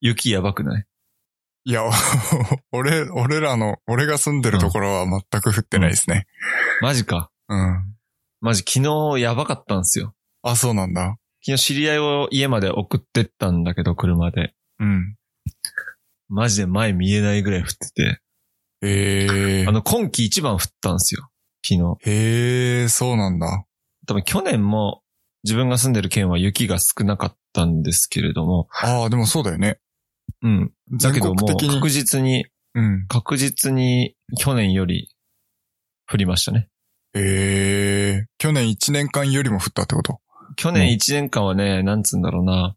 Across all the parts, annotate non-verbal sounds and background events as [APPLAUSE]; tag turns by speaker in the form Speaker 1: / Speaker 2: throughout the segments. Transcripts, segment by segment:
Speaker 1: 雪やばくない
Speaker 2: いや、 [LAUGHS] 俺、俺らの、俺が住んでるところは全く降ってないですね。
Speaker 1: マジか。
Speaker 2: うん。
Speaker 1: マジ昨日やばかったんですよ。
Speaker 2: あ、そうなんだ。
Speaker 1: 昨日知り合いを家まで送ってったんだけど、車で。
Speaker 2: うん。
Speaker 1: マジで前見えないぐらい降ってて。
Speaker 2: ええ
Speaker 1: あの、今季一番降ったんですよ。昨日。
Speaker 2: へえ、そうなんだ。
Speaker 1: 多分去年も自分が住んでる県は雪が少なかったんですけれども。
Speaker 2: ああ、でもそうだよね。
Speaker 1: うん。だ
Speaker 2: 全
Speaker 1: けど
Speaker 2: 国
Speaker 1: もう
Speaker 2: 的に
Speaker 1: 確。実に、
Speaker 2: うん。
Speaker 1: 確実に去年より降りましたね。
Speaker 2: ええ去年1年間よりも降ったってこと
Speaker 1: 去
Speaker 2: うん
Speaker 1: 年1年間はね、なんつうんだろうな。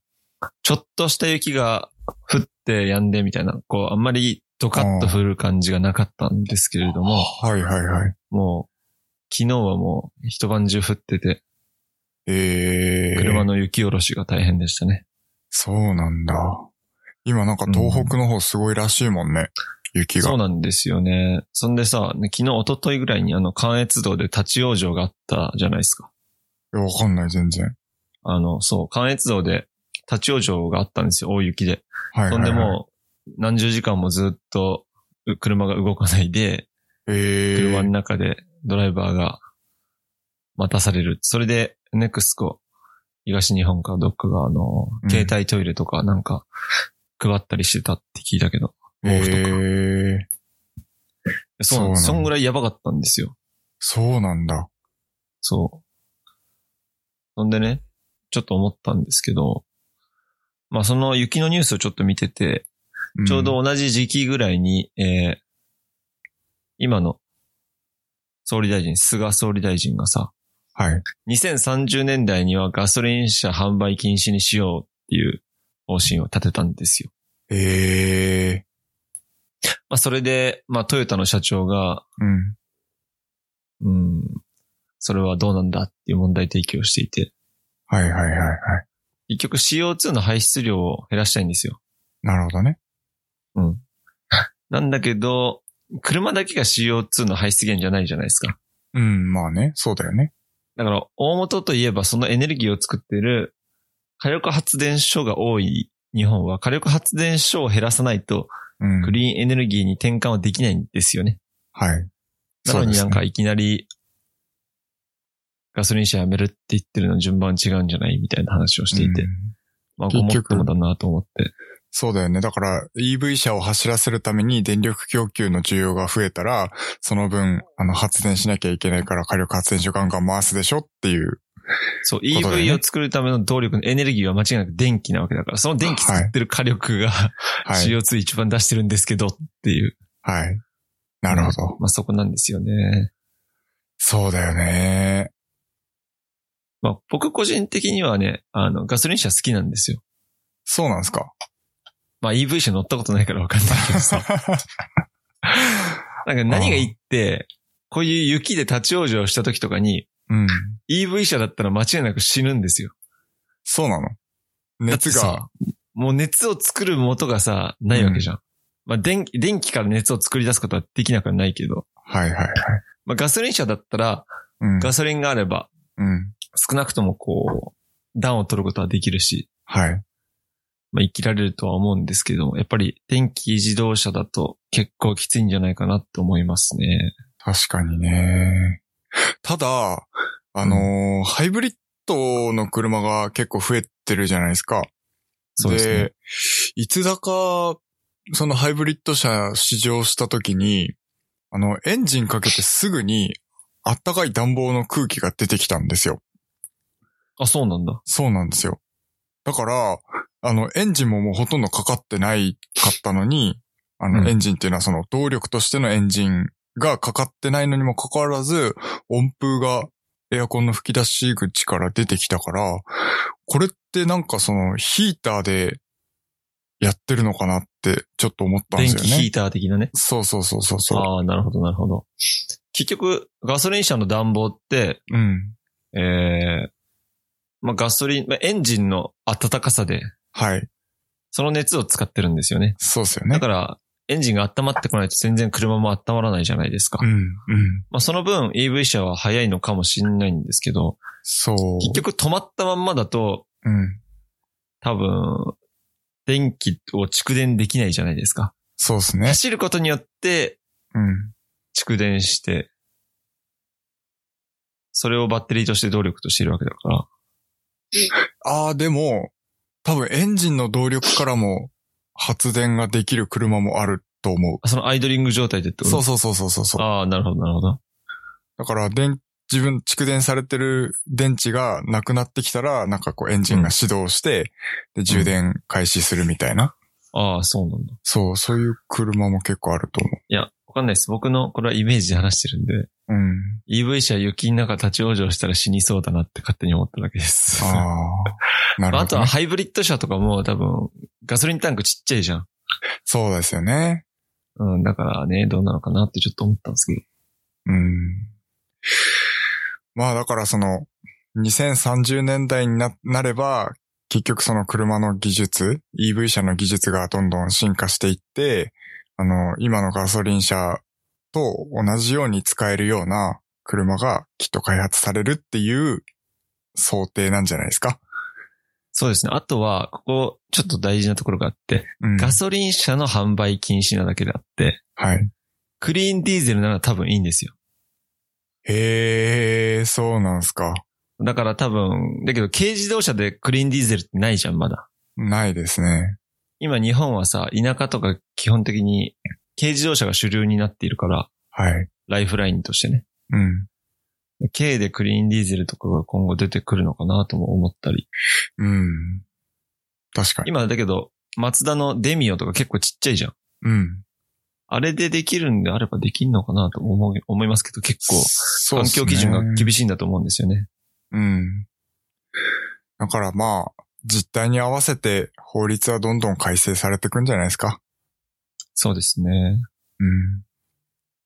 Speaker 1: ちょっとした雪が降って止んでみたいな、こう、あんまりドカッと降る感じがなかったんですけれども、
Speaker 2: はいはいはい。
Speaker 1: もう、昨日はもう一晩中降ってて、
Speaker 2: ええ
Speaker 1: 車の雪下ろしが大変でしたね。
Speaker 2: そうなんだ。今なんか東北の方すごいらしいもんね。雪が。
Speaker 1: そう
Speaker 2: う
Speaker 1: なんですよね。そんでさ、ね昨日、一昨日ぐらいにあの、関越道で立ち往生があったじゃないですか。
Speaker 2: わかんない、全然。
Speaker 1: あの、そう、関越道で立ち往生があったんですよ、大雪で。
Speaker 2: はいはい、はい。
Speaker 1: そんでもう、何十時間もずっとう車が動かないで、
Speaker 2: ええ
Speaker 1: 車の中でドライバーが待たされる。それで、ネクスコ、東日本かどっかが、あの
Speaker 2: う、ん
Speaker 1: 携帯トイレとかなんか、配ったりしてたって聞いたけど、毛布とか
Speaker 2: ええ
Speaker 1: そうなん
Speaker 2: そうなんだ
Speaker 1: そんぐらいやばかったんですよ。
Speaker 2: そうなんだ。
Speaker 1: そう。そんでね、ちょっと思ったんですけど、まあその雪のニュースをちょっと見てて、
Speaker 2: ん
Speaker 1: ちょうど。同じ時期ぐらいに、えー今の総理大臣、菅総理大臣がさ、
Speaker 2: はい。
Speaker 1: 2030年代にはガソリン車販売禁止にしようっていう方針を立てたんですよ。
Speaker 2: ええ
Speaker 1: まあ、それで、まあ、トヨタの社長が、
Speaker 2: うん。
Speaker 1: うん、それはどうなんだっていう問題提起をしていて、
Speaker 2: はいはいはいはい。
Speaker 1: 結局 CO2 の排出量を減らしたいんですよ。
Speaker 2: なるほどね。
Speaker 1: うん。なんだけど、車だけが CO2 の排出源じゃないじゃないですか。
Speaker 2: うん、まあね。そうだよね。
Speaker 1: だから、大元といえばそのエネルギーを作っている火力発電所が多い日本は火力発電所を減らさないと
Speaker 2: うん。
Speaker 1: グリーンエネルギーに転換はできないんですよね。
Speaker 2: はい。
Speaker 1: なのになん
Speaker 2: そうですね
Speaker 1: かいきなりガソリン車やめるって言ってるの順番違うんじゃないみたいな話をしていて。
Speaker 2: うん
Speaker 1: まあ、ごもっ
Speaker 2: 結
Speaker 1: と
Speaker 2: 局
Speaker 1: もだなと思って。
Speaker 2: そうだよね。だから EV 車を走らせるために電力供給の需要が増えたら、その分、あの、発電しなきゃいけないから火力発電所ガンガン回すでしょっていう。
Speaker 1: そう、
Speaker 2: ことだよね
Speaker 1: EV を作るための動力のエネルギーは間違いなく電気なわけだから、その電気作ってる火力が、 [LAUGHS]
Speaker 2: はい。
Speaker 1: CO2 一番出してるんですけどっていう。
Speaker 2: はい。なるほど。
Speaker 1: まあ、そこなんですよね。
Speaker 2: そうだよね。
Speaker 1: まあ、僕個人的にはね、あの、ガソリン車好きなんですよ。
Speaker 2: そうなんですか。
Speaker 1: まあ EV 車乗ったことないからわかんないけど [LAUGHS] さ。なんか何がいいって、こういう雪で立ち往生した時とかに、
Speaker 2: うん。
Speaker 1: EV 車だったら間違いなく死ぬんですよ。
Speaker 2: そうなの。
Speaker 1: だって
Speaker 2: 熱が。
Speaker 1: さ。もう熱を作る元がさ、ないわけじゃん。まあ電気、電気から熱を作り出すことはできなくはないけど、
Speaker 2: はいはいはい。
Speaker 1: まあガソリン車だったら、
Speaker 2: うん。
Speaker 1: ガソリンがあれば、
Speaker 2: うん。
Speaker 1: 少なくともこう、暖を取ることはできるし、
Speaker 2: はい。
Speaker 1: まあ、生きられるとは思うんですけども、やっぱり電気自動車だと結構きついんじゃないかなって思いますね。
Speaker 2: 確かにね。ただ、あのーハイブリッドの車が結構増えてるじゃないですか。
Speaker 1: そうですね。
Speaker 2: いつだか、そのハイブリッド車試乗した時に、あの、エンジンかけてすぐに、あったかい暖房の空気が出てきたんですよ。
Speaker 1: あ、そうなんだ。
Speaker 2: そうなんですよ。だから、あの、エンジンももうほとんどかかってないかったのに、あの、
Speaker 1: うん
Speaker 2: エンジンっていうのはその動力としてのエンジンがかかってないのにもかかわらず、温風がエアコンの吹き出し口から出てきたから、これってなんかそのヒーターでやってるのかなってちょっと思ったんで
Speaker 1: 電
Speaker 2: すよ
Speaker 1: 気ヒ
Speaker 2: ね
Speaker 1: ー。ター的なね。
Speaker 2: そうそうそうそうそ
Speaker 1: ああ、なるほど、なるほど。結局、ガソリン車の暖房って、
Speaker 2: う。うん。
Speaker 1: ええまあ、ガソリン、まあ、エンジンの暖かさで、
Speaker 2: はい。
Speaker 1: その熱を使ってるんですよね。
Speaker 2: そうですよ
Speaker 1: だ
Speaker 2: ね。
Speaker 1: から、エンジンが温まってこないと全然車も温まらないじゃないですか。
Speaker 2: うん、うん。
Speaker 1: まあ、その分 EV 車は早いのかもしれないんですけど、
Speaker 2: そう。
Speaker 1: 結局止まったまんまだと、
Speaker 2: うん。
Speaker 1: 多分、電気を蓄電できないじゃないですか。
Speaker 2: そうですね。
Speaker 1: 走ることによって
Speaker 2: うん。
Speaker 1: 蓄電して、それをバッテリーとして動力としているわけだから。
Speaker 2: ああ、でも、多分エンジンの動力からも発電ができる車もあると思
Speaker 1: あそのアイドリング状態でって
Speaker 2: う。
Speaker 1: こと
Speaker 2: そうそうそうそうそうそう。
Speaker 1: ああ、なるほど、なるほど。
Speaker 2: だから、電、自分、蓄電されてる電池がなくなってきたら、なんかこうエンジンが始動して、で、充電開始するみたいな。
Speaker 1: ああ、そうなんだ。
Speaker 2: そう、そういう車も結構あると思
Speaker 1: いや、わかんないです。僕の、これはイメージで話してるんで、
Speaker 2: う。うん。 [LAUGHS]
Speaker 1: EV 車雪の中立ち往生したら死にそうだなって勝手に思っただけです。 [LAUGHS] あ
Speaker 2: ああ。なるほ
Speaker 1: と
Speaker 2: ど、
Speaker 1: は
Speaker 2: ね。
Speaker 1: ハイブリッド車とかも多分、ガソリンタンクちっちゃいじゃん。
Speaker 2: そうですよね。
Speaker 1: うん、だからね、どうなのかなってちょっと思ったんですけど。
Speaker 2: うん。まあだからその、2030年代にな、なれば、結局その車の技術、EV 車の技術がどんどん進化していって、あの、今のガソリン車と同じように使えるような車がきっと開発されるっていう想定なんじゃないですか。
Speaker 1: そうですね。あとは、ここ、ちょっと大事なところがあって、
Speaker 2: うん。
Speaker 1: ガソリン車の販売禁止なだけであって、
Speaker 2: はい。
Speaker 1: クリーンディーゼルなら多分いいんですよ。
Speaker 2: へえ、そうなんすか。
Speaker 1: だから多分、だけど軽自動車でクリーンディーゼルってないじゃん、まだ。
Speaker 2: ないですね。
Speaker 1: 今日本はさ、田舎とか基本的に軽自動車が主流になっているから、
Speaker 2: はい。
Speaker 1: ライフラインとしてね。
Speaker 2: うん。
Speaker 1: 軽でクリーンディーゼルとかが今後出てくるのかなとも思ったり。
Speaker 2: うん。確かに。
Speaker 1: 今だけど、マツダのデミオとか結構ちっちゃいじゃん。
Speaker 2: うん。
Speaker 1: あれでできるんであればできんのかなと思い、思いますけど、結構、
Speaker 2: そうっ
Speaker 1: 環
Speaker 2: すね
Speaker 1: 境基準が厳しいんだと思うんですよね。
Speaker 2: うん。だからまあ、実態に合わせて法律はどんどん改正されていくんじゃないですか。
Speaker 1: そうですね。
Speaker 2: うん。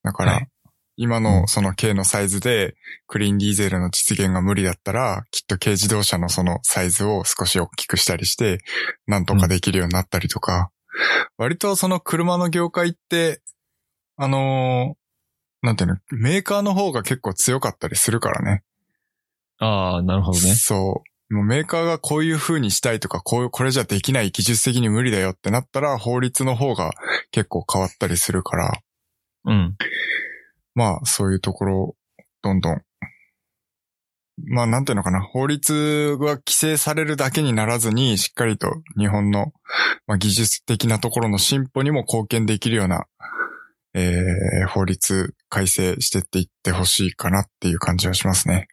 Speaker 2: だから、
Speaker 1: はい
Speaker 2: 今
Speaker 1: う
Speaker 2: の
Speaker 1: ん
Speaker 2: その軽のサイズでクリーンディーゼルの実現が無理だったら、きっと軽自動車のそのサイズを少し大きくしたりして、なんとかできるようになったりとか、割とその車の業界って、あのーなんていうの、メーカーの方が結構強かったりするからね。
Speaker 1: ああ、なるほどね。
Speaker 2: そう。もうメーカーがこういう風にしたいとか、こういう、これじゃできない技術的に無理だよってなったら、法律の方が結構変わったりするから、
Speaker 1: うん。
Speaker 2: まあ、そういうところ、どんどん。まあ、なんていうのかな。法律が規制されるだけにならずに、しっかりと日本の、まあ、技術的なところの進歩にも貢献できるような、えー、法律改正してっていってほしいかなっていう感じはしますね。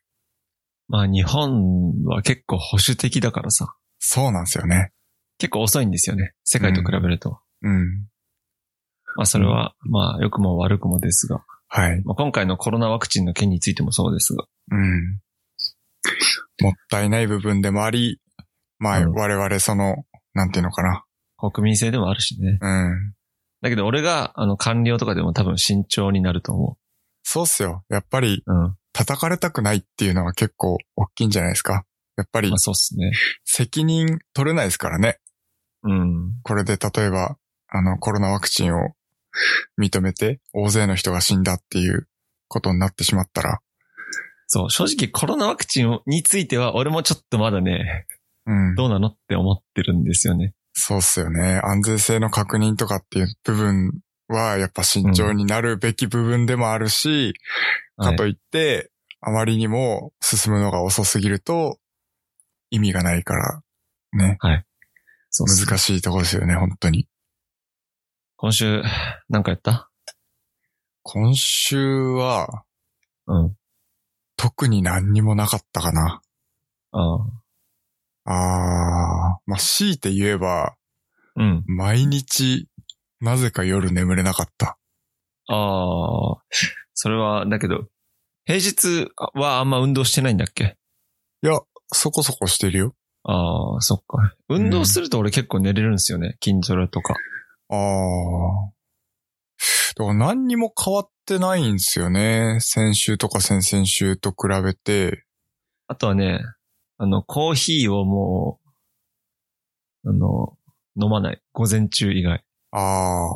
Speaker 1: まあ日本は結構保守的だからさ、
Speaker 2: そうなんですよね。
Speaker 1: 結構遅いんですよね。世界と比べると。
Speaker 2: うん。
Speaker 1: まあそれは、まあ良くも悪くもですが、
Speaker 2: はい。
Speaker 1: まあ、今回のコロナワクチンの件についてもそうですが、
Speaker 2: うん。もったいない部分でもあり、まあ、
Speaker 1: うん
Speaker 2: 我々その、なんていうのかな。
Speaker 1: 国民性でもあるしね。
Speaker 2: うん。
Speaker 1: だけど俺が、あの、官僚とかでも多分慎重になると思
Speaker 2: そうっすよ。やっぱり、
Speaker 1: う。うん。
Speaker 2: 叩かれたくないっていうのは結構大きいんじゃないですか。やっぱり
Speaker 1: まあ、そうっすね。
Speaker 2: 責任取れないですからね。
Speaker 1: うん。
Speaker 2: これで例えば、あの、コロナワクチンを認めて、大勢の人が死んだっていうことになってしまったら、
Speaker 1: そう、正直コロナワクチンをについては俺もちょっとまだね、
Speaker 2: うん。
Speaker 1: どうなのって思ってるんですよね。
Speaker 2: そうっすよね。安全性の確認とかっていう部分は、やっぱ慎重になるべき部分でもあるし、
Speaker 1: は
Speaker 2: か
Speaker 1: い
Speaker 2: といって、あまりにも進むのが遅すぎると、意味がないから、ね。
Speaker 1: そうっす
Speaker 2: 難しいところですよね、本当に。
Speaker 1: 今週、なんかやった
Speaker 2: 今週は、
Speaker 1: うん。
Speaker 2: 特に何にもなかったかな。
Speaker 1: ああ。
Speaker 2: あー、まあ、強いて言えば、
Speaker 1: うん。
Speaker 2: 毎日、なぜか夜眠れなかった。
Speaker 1: ああ。それは、だけど、平日はあんま運動してないんだっけ
Speaker 2: いや、そこそこしてるよ。
Speaker 1: ああ、そっか。運動すると俺結構寝れるんですよね。筋トレとか。
Speaker 2: ああ。だから何にも変わってないんですよね。先週とか先々週と比べて。
Speaker 1: あとはね、あの、コーヒーをもう、あの、飲まない。午前中以外。
Speaker 2: ああ。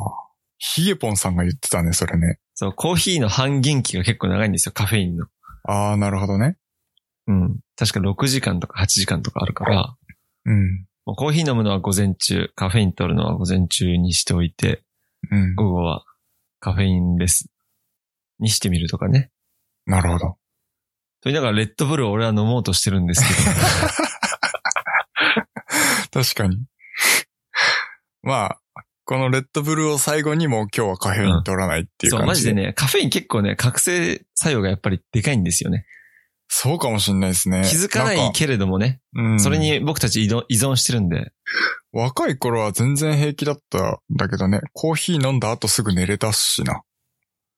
Speaker 2: ヒゲポンさんが言ってたね、それね。
Speaker 1: そう、コーヒーの半減期が結構長いんですよ、カフェインの。
Speaker 2: ああ、なるほどね。
Speaker 1: うん。確か6時間とか8時間とかあるから、
Speaker 2: うん。
Speaker 1: まあコーヒー飲むのは午前中、カフェイン取るのは午前中にしておいて、
Speaker 2: うん。
Speaker 1: 午後はカフェインレスにしてみるとかね。
Speaker 2: なるほど。
Speaker 1: と言いながら、レッドブルを俺は飲もうとしてるんですけど、
Speaker 2: 確かに。 [LAUGHS] まあ、このレッドブルを最後にもう今日はカフェイン取らないっていう
Speaker 1: そう、マ
Speaker 2: 感
Speaker 1: ジ
Speaker 2: じ
Speaker 1: で
Speaker 2: で。
Speaker 1: ね、カフェイン結構ね、覚醒作用がやっぱりでかいんですよね。
Speaker 2: そうかもしんないですね。
Speaker 1: 気づかない
Speaker 2: ん
Speaker 1: けれどもね、
Speaker 2: うん
Speaker 1: それに僕たち依存依存してるんで、
Speaker 2: 若い頃は全然平気だったんだけどね、コーヒー飲んだ後すぐ寝れたしな。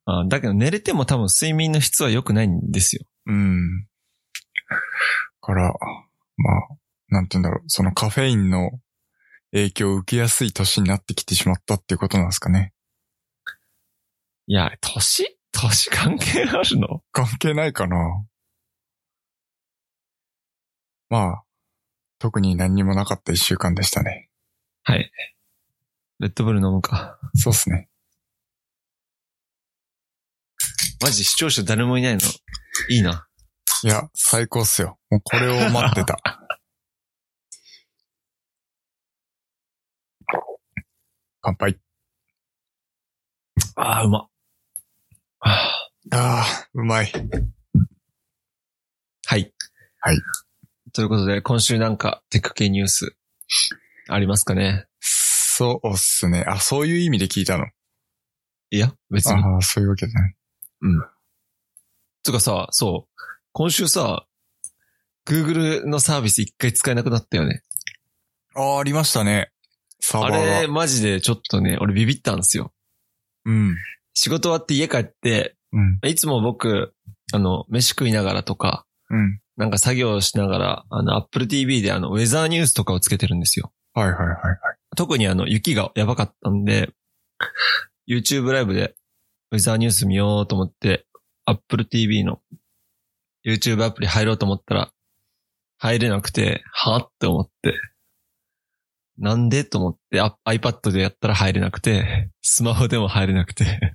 Speaker 1: あだけど寝れても多分睡眠の質は良くないんですよ。
Speaker 2: うん。から、まあ、なんて言うんだろう、そのカフェインの影響を受けやすい年になってきてしまったっていうことなんですかね。
Speaker 1: いや、年年関係あるの
Speaker 2: 関係ないかな。まあ、特に何にもなかった一週間でしたね。
Speaker 1: はい。レッドブル飲むか。
Speaker 2: そうっすね。
Speaker 1: マジ視聴者誰もいないのいいな。
Speaker 2: いや、最高っすよ。もうこれを待ってた。乾杯。
Speaker 1: ああ、うま。はあ
Speaker 2: ああ、うまい。
Speaker 1: はい。
Speaker 2: はい。
Speaker 1: ということで、今週なんかテック系ニュースありますかね
Speaker 2: そうっすね。あ、そういう意味で聞いたの。
Speaker 1: いや、別に。
Speaker 2: ああ、そういうわけじゃない。
Speaker 1: つうかさ、そう。今週さ、Google のサービス一回使えなくなったよね。
Speaker 2: ああ、ありましたね。サー
Speaker 1: あ
Speaker 2: バー
Speaker 1: れ、
Speaker 2: が。
Speaker 1: マジでちょっとね、俺ビビったんですよ。
Speaker 2: うん。
Speaker 1: 仕事終わって家帰って、
Speaker 2: うん。
Speaker 1: いつも僕、あの、飯食いながらとか、
Speaker 2: うん。
Speaker 1: なんか作業しながら、あの、Apple TV であの、ウェザーニュースとかをつけてるんですよ。
Speaker 2: はいはいはいはい。
Speaker 1: 特にあの、雪がやばかったんで、YouTube ライブでウェザーニュース見ようと思って、Apple TV の YouTube アプリ入ろうと思ったら、入れなくて、はぁって思って、なんでと思って、あ iPad でやったら入れなくて、スマホでも入れなくて、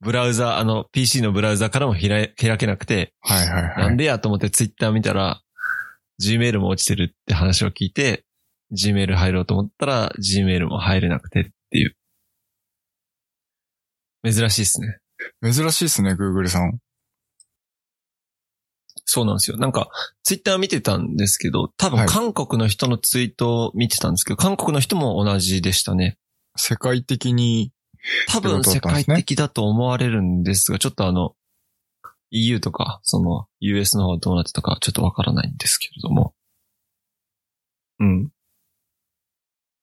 Speaker 1: ブラウザー、あの、PC のブラウザーからも開開けなくて、
Speaker 2: はいはいはい。
Speaker 1: なんでやと思ってツイッター見たら、Gmail も落ちてるって話を聞いて、Gmail 入ろうと思ったら、Gmail も入れなくてっていう。珍しいですね。
Speaker 2: 珍しいっすね、Google さん。
Speaker 1: そうなんですよ。なんか、ツイッター見てたんですけど、多
Speaker 2: は
Speaker 1: 分
Speaker 2: い
Speaker 1: 韓国の人のツイートを見てたんですけど、韓国の人も同じでしたね。
Speaker 2: 世界的に、
Speaker 1: 多分世界的だと思われるんですが、ちょっとあの、EU とか、その US の方はどうなってたかちょっとわからないんですけれども。うん。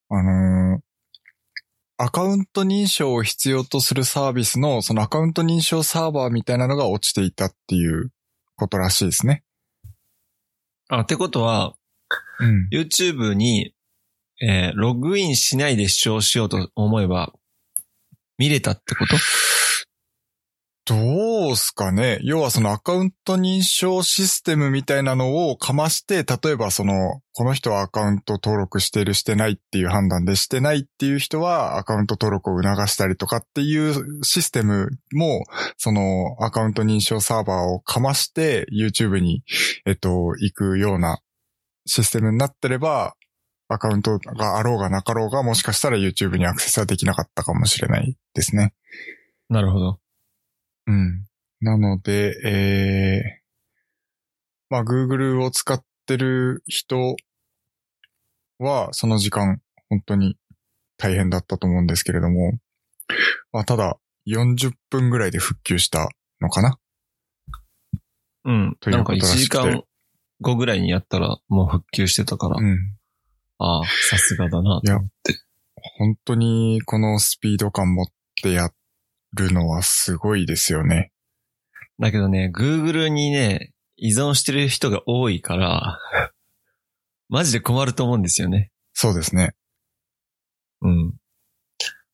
Speaker 2: あのーアカウント認証を必要とするサービスの、そのアカウント認証サーバーみたいなのが落ちていたっていうことらしいですね。
Speaker 1: あ、ってことは、
Speaker 2: うん。
Speaker 1: YouTube に、えーログインしないで視聴しようと思えば、見れたってこと
Speaker 2: どうすかね要はそのアカウント認証システムみたいなのをかまして、例えばその、この人はアカウント登録してるしてないっていう判断でしてないっていう人はアカウント登録を促したりとかっていうシステムも、そのアカウント認証サーバーをかまして YouTube に、えっと、行くようなシステムになってれば、アカウントがあろうがなかろうが、もしかしたら YouTube にアクセスはできなかったかもしれないですね。
Speaker 1: なるほど。
Speaker 2: うん。なので、えー、まあ、Google を使ってる人は、その時間、本当に大変だったと思うんですけれども、まあ、ただ、40分ぐらいで復旧したのかな
Speaker 1: うん。
Speaker 2: とい
Speaker 1: な
Speaker 2: うんこ
Speaker 1: か
Speaker 2: と
Speaker 1: 1
Speaker 2: らし
Speaker 1: 時
Speaker 2: くて
Speaker 1: 間後ぐらいにやったらもう復旧してたから、
Speaker 2: うん。
Speaker 1: ああ、さすがだな。
Speaker 2: いや本当に、このスピード感持ってやるのはすごいですよね。
Speaker 1: だけどね、Google にね、依存してる人が多いから、
Speaker 2: [LAUGHS]
Speaker 1: マジで困ると思うんですよね。
Speaker 2: そうですね。
Speaker 1: うん。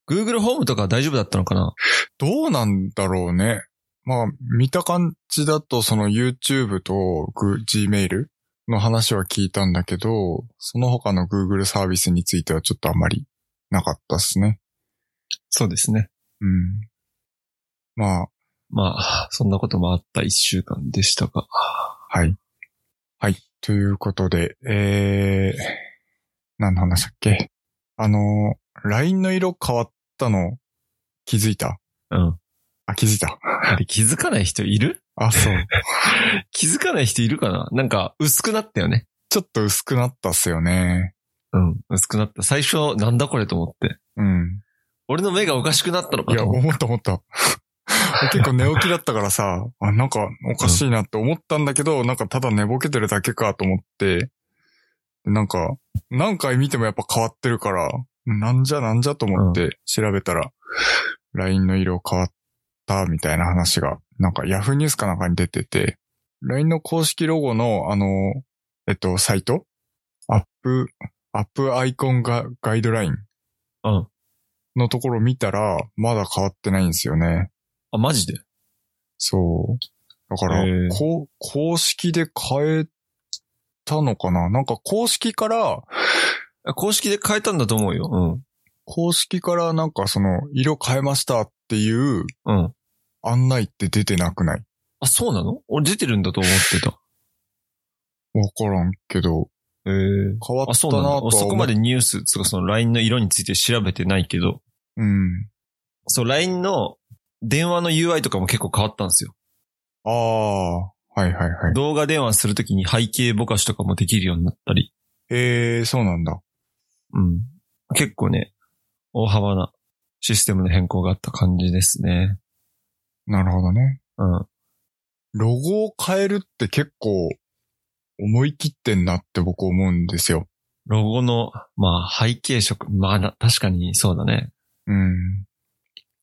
Speaker 1: Google ホームとか大丈夫だったのかな
Speaker 2: どうなんだろうね。まあ、見た感じだと、その YouTube とグ Gmail の話は聞いたんだけど、その他の Google サービスについてはちょっとあまりなかったですね。
Speaker 1: そうですね。
Speaker 2: うん。まあ、
Speaker 1: まあ、そんなこともあった一週間でしたが。
Speaker 2: はい。はい。ということで、えー、何の話だっけあのー、LINE の色変わったの気づいた
Speaker 1: うん。
Speaker 2: あ、気づいた。
Speaker 1: あれ気づかない人いる [LAUGHS]
Speaker 2: あ、そう。
Speaker 1: 気づかない人いるかななんか、薄くなったよね。
Speaker 2: ちょっと薄くなったっすよね。
Speaker 1: うん。薄くなった。最初、なんだこれと思って。
Speaker 2: うん。
Speaker 1: 俺の目がおかしくなったの
Speaker 2: い
Speaker 1: か
Speaker 2: や、
Speaker 1: と思って。
Speaker 2: 思った思った。 [LAUGHS] 結構寝起きだったからさ、あ、なんかおかしいなって思ったんだけど、なんかただ寝ぼけてるだけかと思って、なんか、何回見てもやっぱ変わってるから、なんじゃなんじゃと思って調べたら、LINE の色変わったみたいな話が、なんか Yahoo ニュースかなんかに出てて、LINE の公式ロゴの、あの、えっと、サイトアップ、アップアイコンがガイドライン
Speaker 1: うん。
Speaker 2: のところ見たら、まだ変わってないんですよね。
Speaker 1: あ、マジで
Speaker 2: そう。だか
Speaker 1: へ
Speaker 2: ら、
Speaker 1: ー
Speaker 2: こう、公式で変えたのかななんか公式から、
Speaker 1: あ公式で変えたんだと思うよ。
Speaker 2: 公式からなんかその、色変えましたっていう
Speaker 1: うん。うん。
Speaker 2: 案内って出てなくない
Speaker 1: あ、そうなの俺出てるんだと思ってた。
Speaker 2: わからんけど、
Speaker 1: ええ
Speaker 2: 変わ
Speaker 1: あ、
Speaker 2: ったな
Speaker 1: そ
Speaker 2: と
Speaker 1: うな
Speaker 2: は
Speaker 1: んだ。
Speaker 2: 思
Speaker 1: 俺
Speaker 2: う
Speaker 1: そこまでニュース、つうかその LINE の色について調べてないけど、
Speaker 2: うん。
Speaker 1: そう、LINE の電話の UI とかも結構変わったんですよ。
Speaker 2: ああ、はいはいはい。
Speaker 1: 動画電話するときに背景ぼかしとかもできるようになったり。
Speaker 2: ええー、そうなんだ。
Speaker 1: うん。結構ね、大幅なシステムの変更があった感じですね。
Speaker 2: なるほどね。
Speaker 1: うん。
Speaker 2: ロゴを変えるって結構、思い切ってんなって僕思うんですよ。
Speaker 1: ロゴの、まあ、背景色、まあな、確かにそうだね。
Speaker 2: うん。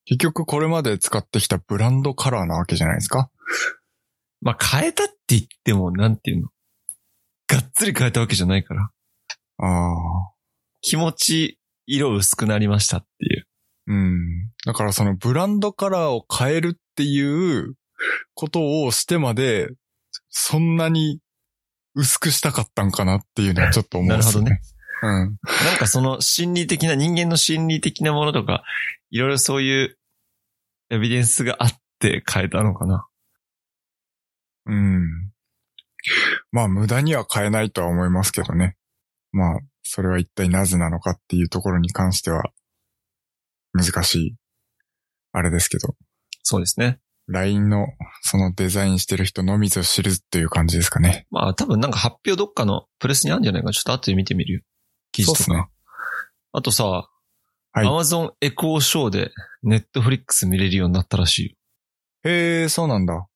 Speaker 2: 結局これまで使ってきたブランドカラーなわけじゃないですか。
Speaker 1: まあ、変えたって言っても、なんていうの。がっつり変えたわけじゃないから。
Speaker 2: ああ。
Speaker 1: 気持ち、色薄くなりましたっていう。
Speaker 2: うん。だからそのブランドカラーを変えるっていうことをしてまで、そんなに薄くしたかったんかなっていうのはちょっと思うんですよね。なるほどね。
Speaker 1: なんかその心理的な、人間の心理的なものとか、いろいろそういうエビデンスがあって変えたのかな。
Speaker 2: うん。うん。まあ無駄には変えないとは思いますけどね。まあ、それは一体なぜなのかっていうところに関しては、難しい、あれですけど。
Speaker 1: そうですね。
Speaker 2: LINE のそのデザインしてる人のみぞ知るっていう感じですかね。
Speaker 1: まあ多分なんか発表どっかのプレスにあるんじゃないかな。ちょっと後で見てみるよ。記事と
Speaker 2: そうっす
Speaker 1: か。
Speaker 2: ね
Speaker 1: あとさ、
Speaker 2: はい
Speaker 1: Amazon エコーショーで Netflix 見れるようになったらしいよ。
Speaker 2: へえ、そうなんだ。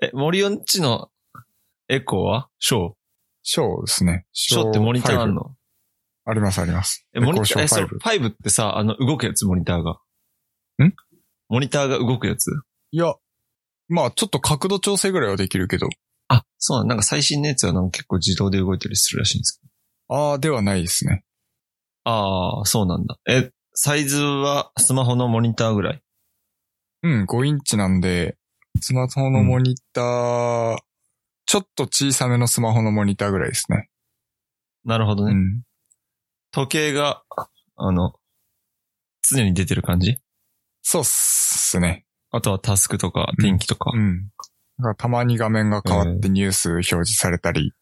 Speaker 1: え、森んちのエコーはショー
Speaker 2: ショーですね。シ
Speaker 1: ショーってモニターある
Speaker 2: 5
Speaker 1: の
Speaker 2: ありますあります。
Speaker 1: え、モニ
Speaker 2: レコーシ
Speaker 1: ター、
Speaker 2: ョ
Speaker 1: え、
Speaker 2: ー
Speaker 1: それ
Speaker 2: 5
Speaker 1: 5ってさ、あの、動くやつ、モニターが。
Speaker 2: ん
Speaker 1: モニターが動くやつ
Speaker 2: いや、まあちょっと角度調整ぐらいはできるけど、
Speaker 1: あ、そうなんなんか最新のやつはなんか結構自動で動いたりするらしいんですけ
Speaker 2: ああではないですね。
Speaker 1: ど。ああ、そうなんだ。え、サイズはスマホのモニターぐらい。
Speaker 2: うん、5インチなんで、スマホのモニター、ちょっと小さめのスマホのモニターぐらいですね。
Speaker 1: なるほど
Speaker 2: う
Speaker 1: ね。
Speaker 2: ん。
Speaker 1: 時計が、あの、常に出てる感じ
Speaker 2: そうっすね。
Speaker 1: あとはタスクとか
Speaker 2: うん
Speaker 1: 天気とか。
Speaker 2: うん。だからたまに画面が変わってニュース表示されたり、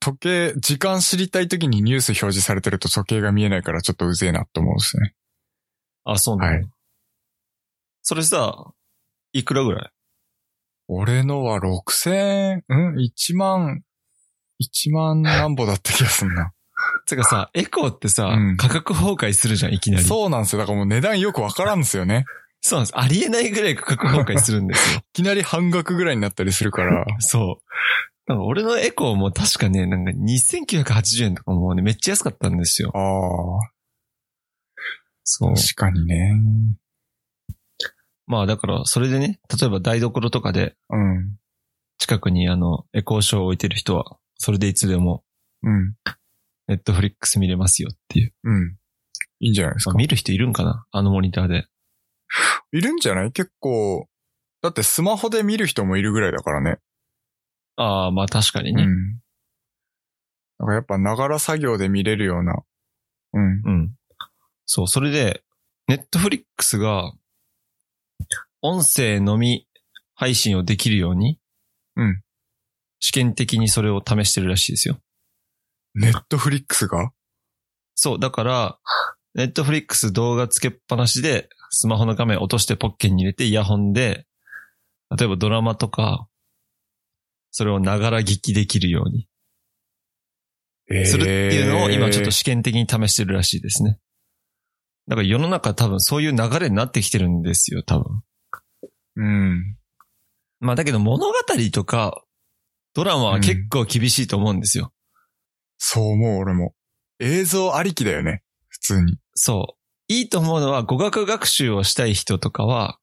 Speaker 2: 時計、時間知りたい時にニュース表示されてると時計が見えないからちょっとうぜえなと思うんですね。
Speaker 1: あ、そうなんだ。
Speaker 2: はい
Speaker 1: それさ、いくらぐらい
Speaker 2: 俺のは6000、うん ?1 万、1万何ぼだった気がす
Speaker 1: [LAUGHS]
Speaker 2: んな。
Speaker 1: てかさ、エコーってさ、
Speaker 2: うん
Speaker 1: 価格崩壊するじゃん、いきなり。そう。
Speaker 2: そうなんですよ。だからもう値段よくわからんですよね。
Speaker 1: なんです。ありえないぐらい価格崩壊するんですよ。
Speaker 2: [LAUGHS] いきなり半額ぐらいになったりするから。
Speaker 1: そう。なんか俺のエコーも確かね、なんか2980円とかもうね、めっちゃ安かったんですよ。
Speaker 2: ああ、
Speaker 1: そう。
Speaker 2: 確かにね。
Speaker 1: まあだから、それでね、例えば台所とかで、
Speaker 2: うん。
Speaker 1: 近くにあの、エコーショーを置いてる人は、それでいつでも、
Speaker 2: うん。
Speaker 1: ネットフリックス見れますよっていう。
Speaker 2: うん。いいんじゃないです
Speaker 1: ま
Speaker 2: か
Speaker 1: あ、。見る人いるんかなあのモニターで。
Speaker 2: いるんじゃない結構、だってスマホで見る人もいるぐらいだからね。
Speaker 1: ああ、まあ確かに
Speaker 2: う
Speaker 1: ね。
Speaker 2: ん。なんかやっぱながら作業で見れるような。うん。
Speaker 1: うん。そう、それで、ネットフリックスが、音声のみ配信をできるように、
Speaker 2: うん。
Speaker 1: 試験的にそれを試してるらしいですよ。
Speaker 2: ネットフリックスが
Speaker 1: そう、だから、ネットフリックス動画つけっぱなしで、スマホの画面落としてポッケに入れてイヤホンで、例えばドラマとか、それをながら聞きできるようにするっていうのを今ちょっと試験的に試してるらしいですね。だから世の中多分そういう流れになってきてるんですよ、多分。
Speaker 2: うん。
Speaker 1: まあだけど物語とか、ドラマは結構厳しいと思うんですよ。
Speaker 2: そう思う、俺も。映像ありきだよね。普通に。
Speaker 1: そう。いいと思うのは語学学習をしたい人とかは、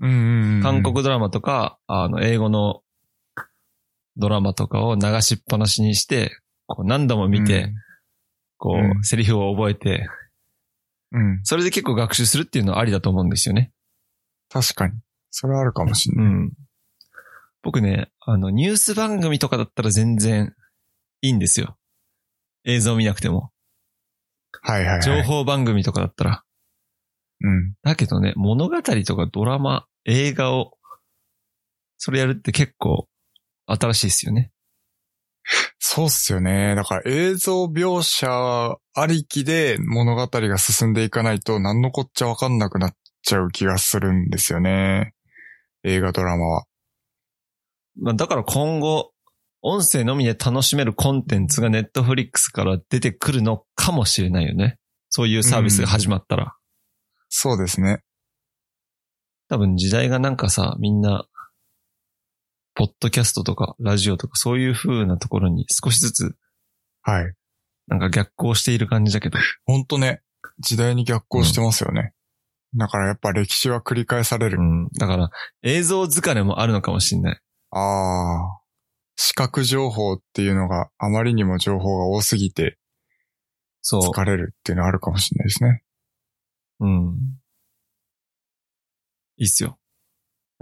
Speaker 2: うんうんうん。
Speaker 1: 韓国ドラマとか、あの、英語のドラマとかを流しっぱなしにして、こう何度も見て、こう、
Speaker 2: うん
Speaker 1: セリフを覚えて、
Speaker 2: うん。うん。
Speaker 1: それで結構学習するっていうのはありだと思うんですよね。
Speaker 2: 確かに。それはあるかもしんない。
Speaker 1: うん。僕ね、あの、ニュース番組とかだったら全然いいんですよ。映像見なくても。
Speaker 2: はいはいはい。
Speaker 1: 情。報番組とかだったら。
Speaker 2: うん。
Speaker 1: だけどね、物語とかドラマ、映画を、それやるって結構新しいですよね。
Speaker 2: そうっすよね。だから映像描写ありきで物語が進んでいかないと何のこっちゃわかんなくなっちゃう気がするんですよね。映画ドラマは。
Speaker 1: まあ、だから今後、音声のみで楽しめるコンテンツがネットフリックスから出てくるのかもしれないよね。そういうサービスが始まったら。
Speaker 2: そうですね。
Speaker 1: 多分時代がなんかさ、みんな、ポッドキャストとかラジオとかそういう風なところに少しずつ
Speaker 2: はい。
Speaker 1: なんか逆行している感じだけど。
Speaker 2: ほんとね、時代に逆行してますよね。だからやっぱ歴史は繰り返される。
Speaker 1: うん。だから映像疲れもあるのかもしれない。
Speaker 2: ああ。視覚情報っていうのがあまりにも情報が多すぎて
Speaker 1: そう。
Speaker 2: 疲れるっていうのはあるかもしれないですね。
Speaker 1: うん。いいっすよ。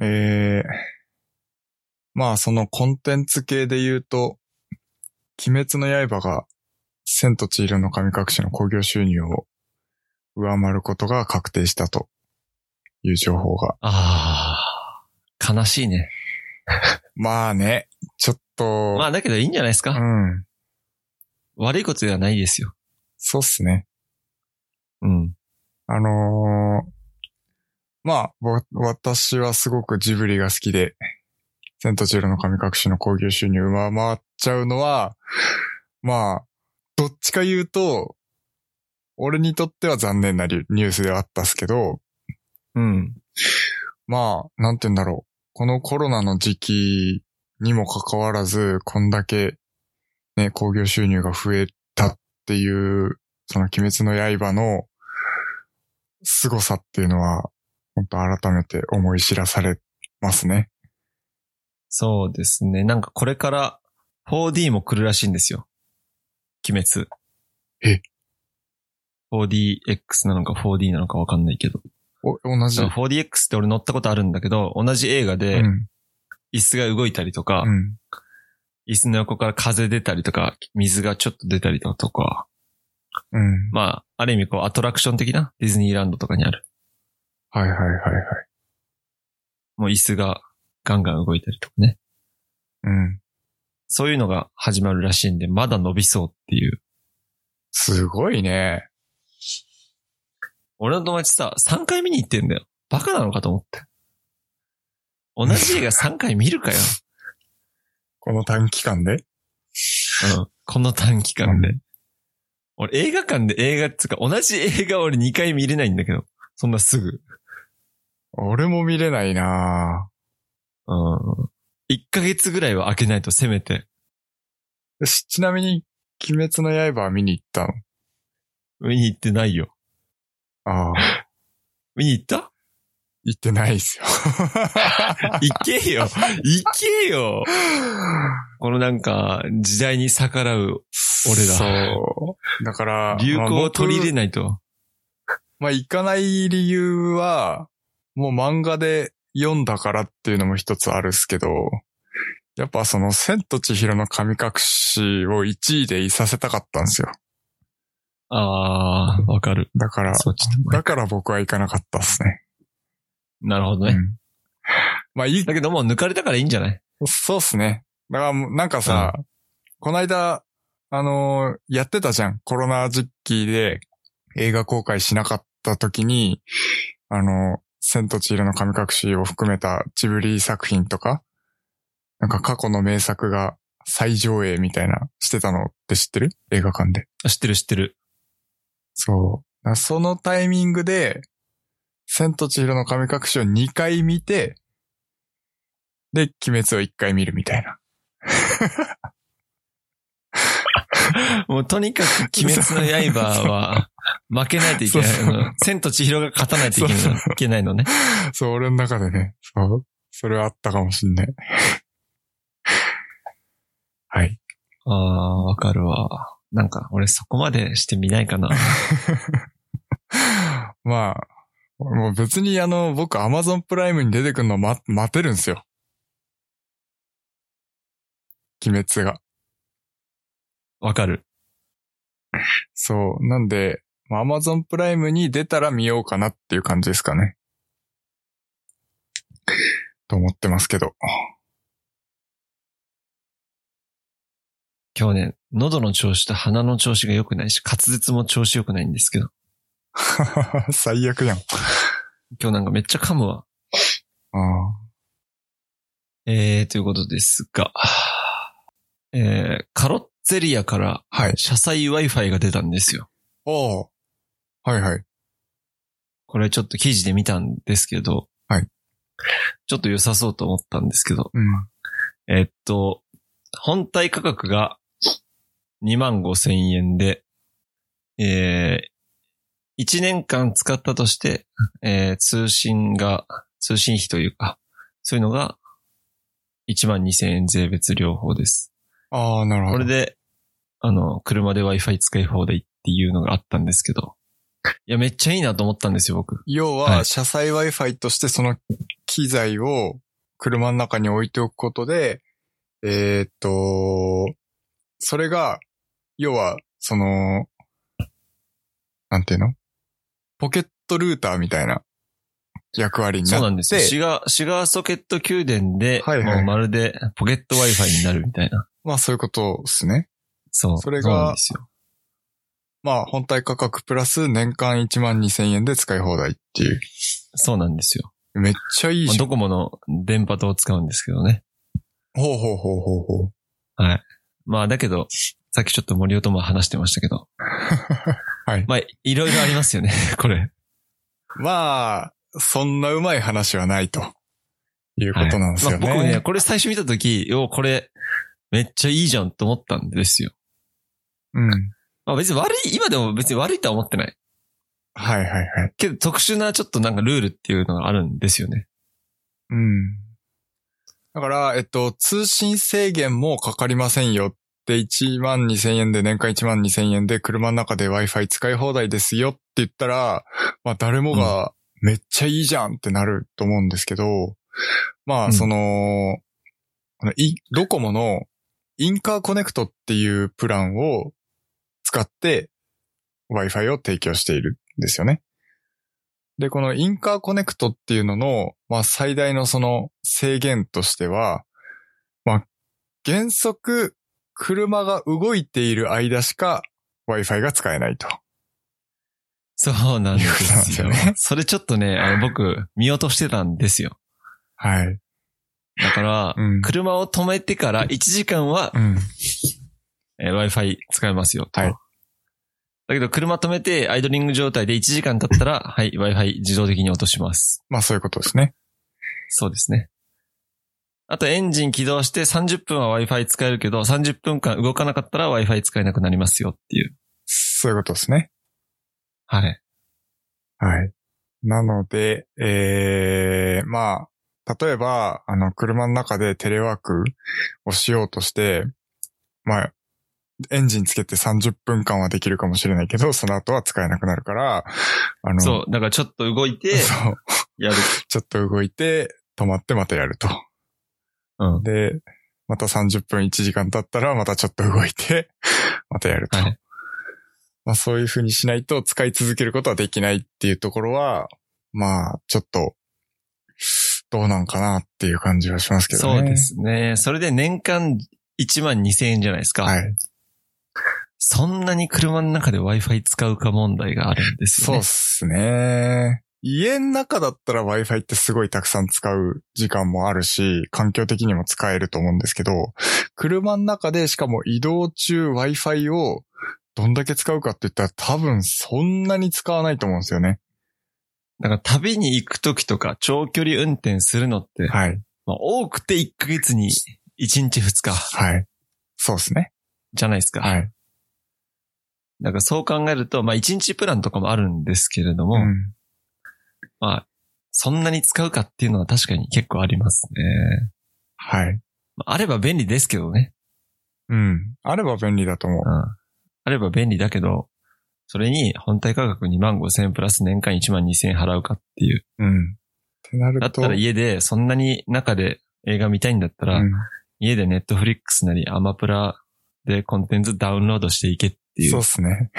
Speaker 2: ええまあそのコンテンツ系で言うと、鬼滅の刃が千と千尋の神隠しの興行収入を上回ることが確定したという情報が。
Speaker 1: ああ。悲しいね。
Speaker 2: まあね、ちょっと、
Speaker 1: まあだけどいいんじゃないですか、
Speaker 2: うん、
Speaker 1: 悪いことではないですよ。
Speaker 2: そうっすね。
Speaker 1: うん。
Speaker 2: あのーまあ、わ私はすごくジブリが好きで、千と千尋の神隠しの興行収入上回っちゃうのは、まあ、どっちか言うと、俺にとっては残念なリュニュースではあったっすけど、
Speaker 1: うん。
Speaker 2: まあ、なんて言うんだろう。このコロナの時期にもかかわらず、こんだけ、ね、興行収入が増えたっていう、その鬼滅の刃の凄さっていうのは、本当改めて思い知らされますね。
Speaker 1: そうですね。なんかこれから 4D も来るらしいんですよ。鬼滅。
Speaker 2: え
Speaker 1: 4DX なのか 4D なのかわかんないけど。
Speaker 2: お、同じ。
Speaker 1: だから 4DX って俺乗ったことあるんだけど、同じ映画で
Speaker 2: うん。
Speaker 1: 椅子が動いたりとか、
Speaker 2: うん。
Speaker 1: 椅子の横から風出たりとか、水がちょっと出たりだとか、
Speaker 2: うん。
Speaker 1: まあ、ある意味こうアトラクション的なディズニーランドとかにある。
Speaker 2: はいはいはいはい。
Speaker 1: もう椅子がガンガン動いたりとかね。
Speaker 2: うん。
Speaker 1: そういうのが始まるらしいんで、まだ伸びそうっていう。
Speaker 2: すごいね。
Speaker 1: 俺の友達さ、3回見に行ってんだよ。バカなのかと思って。同じ映画3回見るかよ。
Speaker 2: この短期間で。
Speaker 1: うん、この短期間で。
Speaker 2: う
Speaker 1: 俺映画館で映画っつうか、同じ映画俺2回見れないんだけど。そんなすぐ。
Speaker 2: 俺も見れないな
Speaker 1: うん。1ヶ月ぐらいは開けないとせめて。
Speaker 2: ぁしちなみに、鬼滅の刃は見に行ったの
Speaker 1: 見に行ってないよ。
Speaker 2: ああ。
Speaker 1: 見に行った
Speaker 2: 行ってない [LAUGHS] ですよ。
Speaker 1: 行けよ行けよこのなんか、時代に逆らう俺ら
Speaker 2: そう。だから、
Speaker 1: 流行を取り入れ
Speaker 2: れ
Speaker 1: ないと。
Speaker 2: まあ、行かない理由は、もう漫画で読んだからっていうのも一つあるっすけど、やっぱその、千と千尋の神隠しを1位でいさせたかったんですよ。
Speaker 1: ああ、わかる。
Speaker 2: だから、
Speaker 1: そっちの
Speaker 2: だから僕は行かなかったっすね。
Speaker 1: なるほど
Speaker 2: う
Speaker 1: ね。
Speaker 2: んまあ、いい
Speaker 1: だけどもう抜かれたからいいんじゃない
Speaker 2: そうっすね。だからもう、なんかさ、こないだ、あのーやってたじゃん。コロナ時期で映画公開しなかった時に、あのー千と千尋の神隠しを含めたジブリ作品とか、なんか過去の名作が再上映みたいなしてたのって知ってる映画館で。
Speaker 1: 知ってる知ってる。
Speaker 2: そう。だからそのタイミングで、千と千尋の神隠しを2回見て、で、鬼滅を1回見るみたいな。
Speaker 1: もうとにかく鬼滅の刃は負けないといけない
Speaker 2: そうそう
Speaker 1: うん。千と千尋が勝たないといけ
Speaker 2: そ
Speaker 1: な
Speaker 2: う
Speaker 1: いいけないのね。
Speaker 2: [LAUGHS] そう、俺の中でね。そう。それはあったかもしんない。 [LAUGHS] はい。
Speaker 1: ああ、わかるわ。なんか俺そこまでしてみないかな。
Speaker 2: まあ、もう別にあの、僕 Amazon プライムに出てくるの待、待てるんすよ。鬼滅が。
Speaker 1: わかる。
Speaker 2: そう。なんで、まあ Amazon プライムに出たら見ようかなっていう感じですかね。と思ってますけど。 [LAUGHS]
Speaker 1: 今日ね、喉の調子と鼻の調子が良くないし、滑舌も調子良くないんですけど。
Speaker 2: 最悪やん。あ
Speaker 1: 今日なんかめっちゃ噛むわ。
Speaker 2: あ。
Speaker 1: えー、ということですが。えー、カロッツェリアから、
Speaker 2: はい。
Speaker 1: 車載 Wi-Fi が出たんですよ。
Speaker 2: おお。はいはい。
Speaker 1: これちょっと記事で見たんですけど。
Speaker 2: はい。
Speaker 1: ちょっと良さそうと思ったんですけど。
Speaker 2: うん。
Speaker 1: えっと、本体価格が2万5千円で、えー、1年間使ったとして、えー通信が、通信費というか、そういうのが1万2千円税別両方です。
Speaker 2: ああ、なるほど。
Speaker 1: これで、あの、車で Wi-Fi 使い放題っていうのがあったんですけど、いや、めっちゃいいなと思ったんですよ、僕。
Speaker 2: 要
Speaker 1: は
Speaker 2: は、
Speaker 1: い
Speaker 2: 車載 Wi-Fi としてその機材を車の中に置いておくことで、えーっと、それが、要は、その、なんていうのポケットルーターみたいな役割に
Speaker 1: そ
Speaker 2: なって。
Speaker 1: うなんですよ。シガー、シガーソケット宮殿で、
Speaker 2: はいはい
Speaker 1: もうまるでポケット Wi-Fi になるみたいな。
Speaker 2: まあそういうことですね。
Speaker 1: そう。
Speaker 2: それが
Speaker 1: うなんですよ。
Speaker 2: まあ本体価格プラス年間1万2000円で使い放題っていう。
Speaker 1: そうなんですよ。
Speaker 2: めっちゃいい
Speaker 1: まあ
Speaker 2: じゃん。
Speaker 1: ドコモの電波塔を使うんですけどね。
Speaker 2: ほうほうほうほうほう。
Speaker 1: はい。まあだけど、さっきちょっと森尾とも話してましたけど。
Speaker 2: [LAUGHS] はい。
Speaker 1: まあ、いろいろありますよね、 [LAUGHS] これ。
Speaker 2: まあ、そんなうまい話はないと。いうことなんですよね。
Speaker 1: まあ、僕ね、これ最初見たとき、よ、これ、めっちゃいいじゃんと思ったんですよ。
Speaker 2: うん。
Speaker 1: まあ別に悪い、今でも別に悪いとは思ってない。
Speaker 2: はいはいはい。
Speaker 1: けど特殊なちょっとなんかルールっていうのがあるんですよね。
Speaker 2: うん。だから、えっと、通信制限もかかりませんよって1万2000円で、年間1万2000円で車の中で Wi-Fi 使い放題ですよって言ったら、まあ誰もがめっちゃいいじゃんってなると思うんですけど、
Speaker 1: う
Speaker 2: ま
Speaker 1: ん
Speaker 2: あその、あのいドコモのインカーコネクトっていうプランを使って Wi-Fi を提供しているんですよね。で、このインカーコネクトっていうのの、まあ最大のその制限としては、まあ原則車が動いている間しか Wi-Fi が使えないと。
Speaker 1: そうなんです
Speaker 2: いう
Speaker 1: よ。
Speaker 2: ことなんですよね
Speaker 1: それちょっとね、あの僕、見落としてたんですよ。
Speaker 2: はい。
Speaker 1: だから、
Speaker 2: うん
Speaker 1: 車を止めてから1時間は
Speaker 2: うん。
Speaker 1: えー Wi-Fi 使えますよと。
Speaker 2: はい
Speaker 1: だけど、車止めてアイドリング状態で1時間経ったら、はい、Wi-Fi 自動的に落とします。
Speaker 2: まあそういうことですね。
Speaker 1: そうですね。あと、エンジン起動して30分は Wi-Fi 使えるけど、30分間動かなかったら Wi-Fi 使えなくなりますよっていう。
Speaker 2: そういうことですね。
Speaker 1: はい。
Speaker 2: はい。なので、ええまあ、例えば、あの、車の中でテレワークをしようとして、まあ、エンジンつけて30分間はできるかもしれないけど、その後は使えなくなるから、あの、
Speaker 1: そう。だから、ちょっと動いて、
Speaker 2: そう
Speaker 1: やる。
Speaker 2: ちょっと動いて、止まってまたやると。
Speaker 1: うん。
Speaker 2: で、また30分1時間経ったら、またちょっと動いて、 [LAUGHS] またやると。
Speaker 1: はい
Speaker 2: まあそういう風にしないと使い続けることはできないっていうところは、まあちょっと、どうなんかなっていう感じはしますけどね。
Speaker 1: そうで。すね。それで年間1万2000円じゃないですか。
Speaker 2: はい。
Speaker 1: そんなに車の中で Wi-Fi 使うか問題があるんですよ
Speaker 2: そう
Speaker 1: ね。
Speaker 2: っすね。家の中だったら Wi-Fi ってすごいたくさん使う時間もあるし、環境的にも使えると思うんですけど、車の中でしかも移動中 Wi-Fi をどんだけ使うかって言ったら多分そんなに使わないと思うんですよね。
Speaker 1: だから旅に行くときとか長距離運転するのって、
Speaker 2: はい。
Speaker 1: まあ、多くて1ヶ月に1日2日
Speaker 2: はい。そうですね。
Speaker 1: じゃないですか。
Speaker 2: はい。
Speaker 1: だからそう考えると、まあ1日プランとかもあるんですけれども、
Speaker 2: うん。
Speaker 1: まあ、そんなに使うかっていうのは確かに結構ありますね。
Speaker 2: はい。
Speaker 1: まああれば便利ですけどね。
Speaker 2: うん。あれば便利だと思う
Speaker 1: う。ん。あれば便利だけど、それに本体価格2万5千円プラス年間1万2千円払うかっていう。
Speaker 2: うん。ってなると。
Speaker 1: だったら家で、そんなに中で映画見たいんだったら、
Speaker 2: うん
Speaker 1: 家でネットフリックスなりアマプラでコンテンツダウンロードしていけってい
Speaker 2: そう
Speaker 1: う
Speaker 2: っ。すね。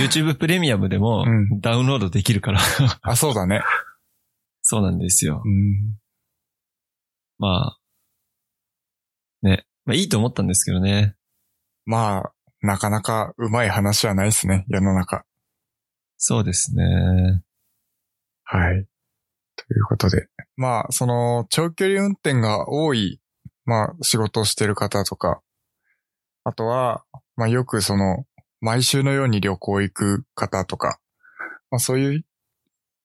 Speaker 1: YouTube プレミアムでも
Speaker 2: うん
Speaker 1: ダウンロードできるから。
Speaker 2: あ、そうだね。
Speaker 1: そうなんですよ
Speaker 2: う。ん。
Speaker 1: まあ。ね。まあいいと思ったんですけどね。
Speaker 2: まあ、なかなかうまい話はないですね、世の中。
Speaker 1: そうですね。
Speaker 2: はい。ということで。まあ、その、長距離運転が多い、まあ、仕事をしてる方とか、あとは、まあ、よくその、毎週のように旅行行く方とか、まあ、そういう、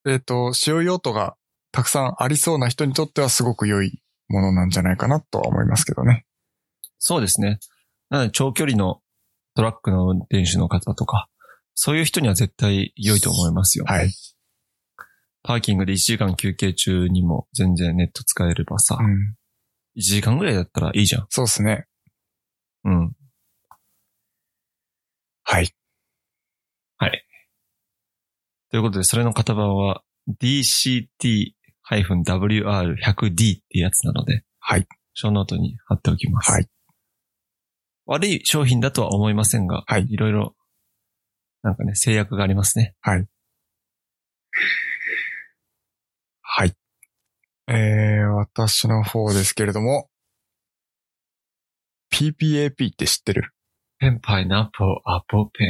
Speaker 2: えっ、と、使用用途がたくさんありそうな人にとってはすごく良いものなんじゃないかなとは思いますけどね。
Speaker 1: そうですね。なので長距離のトラックの運転手の方とか、そういう人には絶対良いと思いますよ。
Speaker 2: はい。
Speaker 1: パーキングで1時間休憩中にも全然ネット使えればさ
Speaker 2: う、ん。
Speaker 1: 1時間ぐらいだったらいいじゃん。
Speaker 2: そうですね。
Speaker 1: うん。
Speaker 2: はい。
Speaker 1: ということで、それの型番は DCT-WR100D ってやつなので、
Speaker 2: はい。
Speaker 1: 小ノートに貼っておきます。
Speaker 2: はい。
Speaker 1: 悪い商品だとは思いませんが、
Speaker 2: はい
Speaker 1: いろいろ、なんかね、制約がありますね。
Speaker 2: はい。えー、私の方ですけれども、PPAP って知ってる
Speaker 1: ペンパイナポアポペン。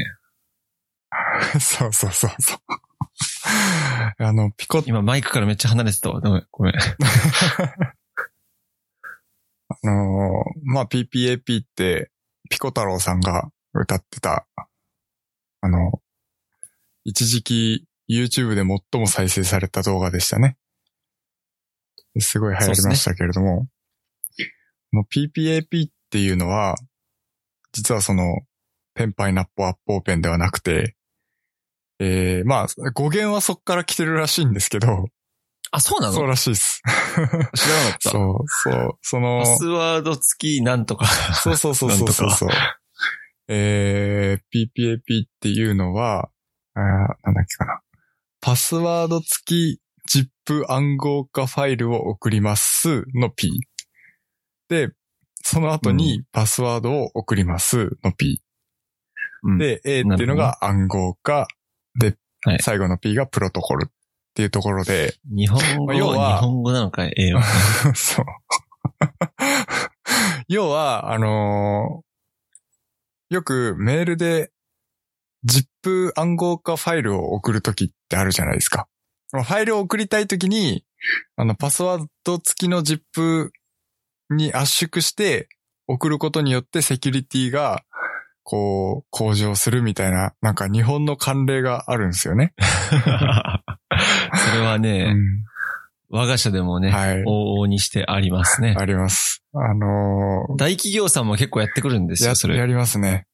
Speaker 2: [LAUGHS] そうそうそうそう。あの、ピコ、
Speaker 1: 今マイクからめっちゃ離れてたわ。ごめん、ごめん。
Speaker 2: あのーまあ、PPAP って、ピコ太郎さんが歌ってた、あの、一時期 YouTube で最も再生された動画でしたね。すごい流行りましたけれども、もう PPAP っていうのは、実はその、ペンパイナッポアッポーペンではなくて、えー、まあ、語源はそっから来てるらしいんですけど、
Speaker 1: あ、そうなの
Speaker 2: そうらしい
Speaker 1: [LAUGHS]
Speaker 2: です。
Speaker 1: 知らなかった。
Speaker 2: そう、そう、その、
Speaker 1: パスワード付きなんとか。
Speaker 2: そうそうそうそうそうそう。えー、PPAP っていうのは、あーなんだっけかな。パスワード付き ZIP 暗号化ファイルを送りますの P。で、その後にパスワードを送りますの P。
Speaker 1: うん、
Speaker 2: で、A っていうのが暗号化。で、
Speaker 1: はい
Speaker 2: 最後の P がプロトコルっていうところで、
Speaker 1: 日本語
Speaker 2: まあ要は
Speaker 1: は日本語なのかい、
Speaker 2: [LAUGHS]
Speaker 1: 英語。
Speaker 2: そう。要は、あのーよくメールで ZIP 暗号化ファイルを送るときってあるじゃないですか。ファイルを送りたいときに、あの、パスワード付きの ZIP に圧縮して送ることによってセキュリティが、こう、向上するみたいな、なんか日本の慣例があるんですよね。
Speaker 1: それはね、我が社でも
Speaker 2: う
Speaker 1: ね、
Speaker 2: ん、はい。
Speaker 1: 往々にしてありますね。
Speaker 2: あります。あのー
Speaker 1: 大企業さんも結構やってくるんです
Speaker 2: や
Speaker 1: よ、そ
Speaker 2: や
Speaker 1: れ。
Speaker 2: りますね。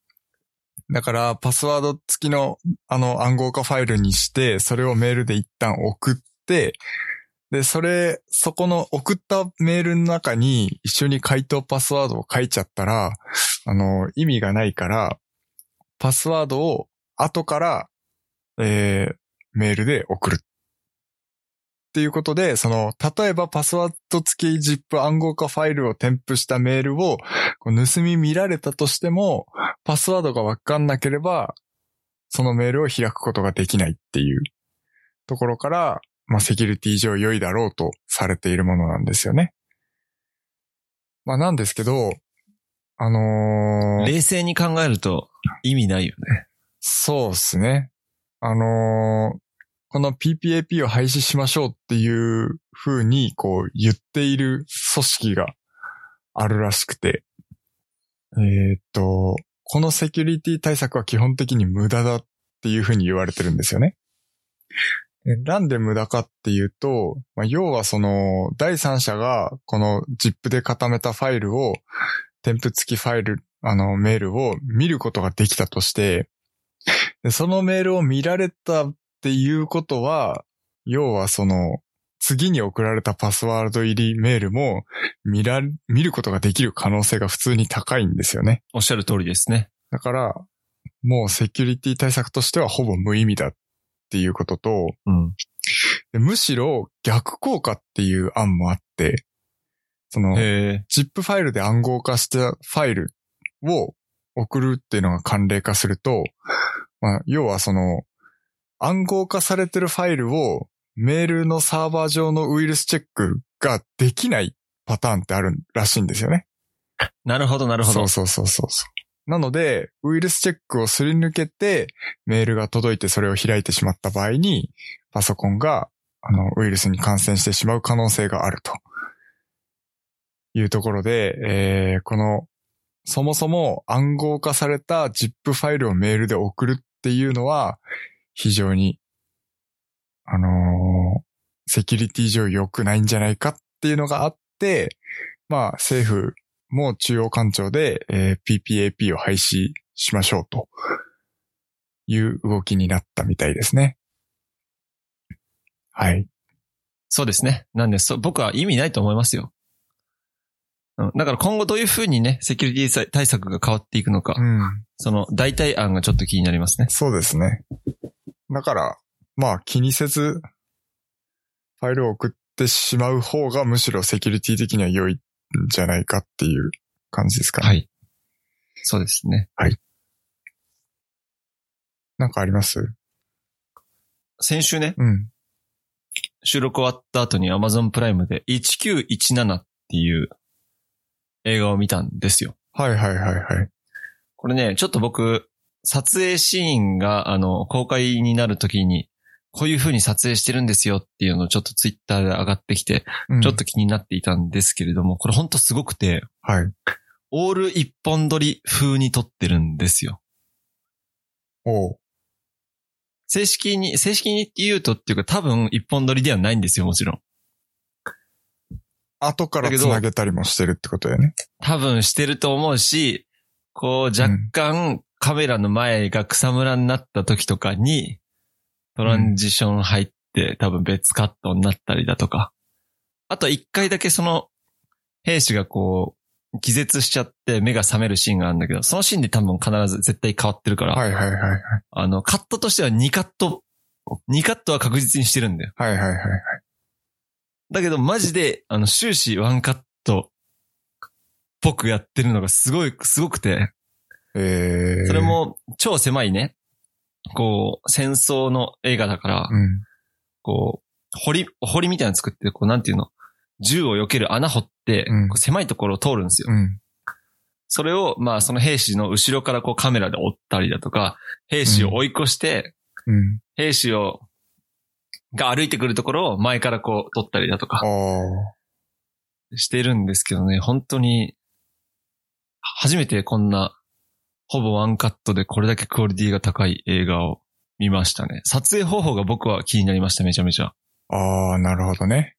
Speaker 2: だから、パスワード付きの、あの、暗号化ファイルにして、それをメールで一旦送って、で、それ、そこの送ったメールの中に一緒に回答パスワードを書いちゃったら、あの、意味がないから、パスワードを後から、えー、メールで送る。っていうことで、その、例えばパスワード付き ZIP 暗号化ファイルを添付したメールを、こう盗み見られたとしても、パスワードがわかんなければ、そのメールを開くことができないっていうところから、まあ、セキュリティ上良いだろうとされているものなんですよね。まあ、なんですけど、あのー、
Speaker 1: 冷静に考えると意味ないよね。
Speaker 2: そうですね。あのー、この PPAP を廃止しましょうっていう風に、こう、言っている組織があるらしくて。えーっと、このセキュリティ対策は基本的に無駄だっていう風に言われてるんですよね。でなんで無駄かっていうと、まあ、要はその、第三者がこの ZIP で固めたファイルを、添付付きファイル、あの、メールを見ることができたとして、でそのメールを見られたっていうことは、要はその、次に送られたパスワード入りメールも見ら、見ることができる可能性が普通に高いんですよね。
Speaker 1: おっしゃる通りですね。
Speaker 2: だから、もうセキュリティ対策としてはほぼ無意味だっていうことと、
Speaker 1: うん。
Speaker 2: でむしろ逆効果っていう案もあって、その、
Speaker 1: へ
Speaker 2: ZIP ファイルで暗号化したファイルを送るっていうのが慣例化すると、まあ、要はその、暗号化されてるファイルをメールのサーバー上のウイルスチェックができないパターンってあるらしいんですよね。
Speaker 1: なるほど、なるほ
Speaker 2: そ
Speaker 1: ど
Speaker 2: う。そうそうそうそう。なので、ウイルスチェックをすり抜けて、メールが届いてそれを開いてしまった場合に、パソコンが、あの、ウイルスに感染してしまう可能性があると。いうところで、えーこの、そもそも暗号化された ZIP ファイルをメールで送るっていうのは、非常に、あのーセキュリティ上良くないんじゃないかっていうのがあって、まあ、政府もう中央官庁で、えー PPAP を廃止しましょうという動きになったみたいですね。はい。
Speaker 1: そうですね。なんで、そう、僕は意味ないと思いますよ。うん、だから今後どういうふうにね、セキュリティ対策が変わっていくのか、
Speaker 2: うん。
Speaker 1: その代替案がちょっと気になりますね。
Speaker 2: そうですね。だから、まあ気にせず、ファイルを送ってしまう方がむしろセキュリティ的には良いんじゃないかっていう感じですかね。
Speaker 1: はい。そうですね。
Speaker 2: なんかあります
Speaker 1: 先週ね、
Speaker 2: うん。
Speaker 1: 収録終わった後に Amazon プライムで1917っていう映画を見たんですよ。
Speaker 2: はいはいはいはい。
Speaker 1: これね、ちょっと僕、撮影シーンが、あの、公開になる時に、こういう風に撮影してるんですよっていうのをちょっとツイッターで上がってきて、
Speaker 2: うん
Speaker 1: ちょっ。と気になっていたんですけれども、これほんとすごくて、
Speaker 2: はい。
Speaker 1: オール一本撮り風に撮ってるんですよ。
Speaker 2: おう。
Speaker 1: 正式に、正式に言うとっていうか多分一本撮りではないんですよ、もちろん。
Speaker 2: 後から
Speaker 1: だけど
Speaker 2: 繋げたりもしてるってことだよね。
Speaker 1: 多分してると思うし、こう若干カメラの前が草むらになった時とかに、トランジション入って多分別カットになったりだとか。あと一回だけその、兵士がこう、気絶しちゃって目が覚めるシーンがあるんだけど、そのシーンで多分必ず絶対変わってるから、
Speaker 2: はいはいはいはい。
Speaker 1: あの、カットとしては2カット、2カットは確実にしてるんだよ。
Speaker 2: はいはいはい。
Speaker 1: だけどマジで、あの、終始ワンカットっぽくやってるのがすごい、すごくて、
Speaker 2: えー、
Speaker 1: それ、も超狭いね、こう、戦争の映画だから、
Speaker 2: うん。
Speaker 1: こう、堀、堀みたいなの作って、こう、なんていうの、銃を避ける穴掘って、
Speaker 2: うん
Speaker 1: こう狭いところを通るんですよ。
Speaker 2: うん。
Speaker 1: それを、まあ、その兵士の後ろからこうカメラで追ったりだとか、兵士を追い越して、
Speaker 2: うん。
Speaker 1: 兵士を、が歩いてくるところを前からこう撮ったりだとか
Speaker 2: ああ。
Speaker 1: してるんですけどね、本当に、初めてこんな、ほぼワンカットでこれだけクオリティが高い映画を見ましたね。撮影方法が僕は気になりました、めちゃめちゃ。
Speaker 2: ああ、なるほどね。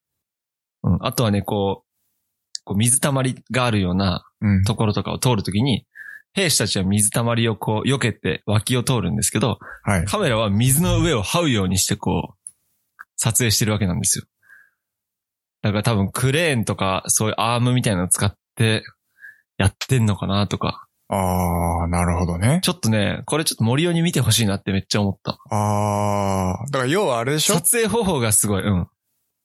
Speaker 1: うん。あとはね、こう、こう水たまりがあるような
Speaker 2: うん。
Speaker 1: ところとかを通るときに、兵士たちは水たまりをこう、避けて脇を通るんですけど、
Speaker 2: はい。
Speaker 1: カメラは水の上を這うようにしてこう、撮影してるわけなんですよ。だから多分クレーンとか、そういうアームみたいなのを使って、やってんのかなとか。
Speaker 2: ああ、なるほどね。
Speaker 1: ちょっとね、これちょっと森尾に見てほしいなってめっちゃ思った。
Speaker 2: ああ、だから要はあれでしょ
Speaker 1: 撮影方法がすごい、うん。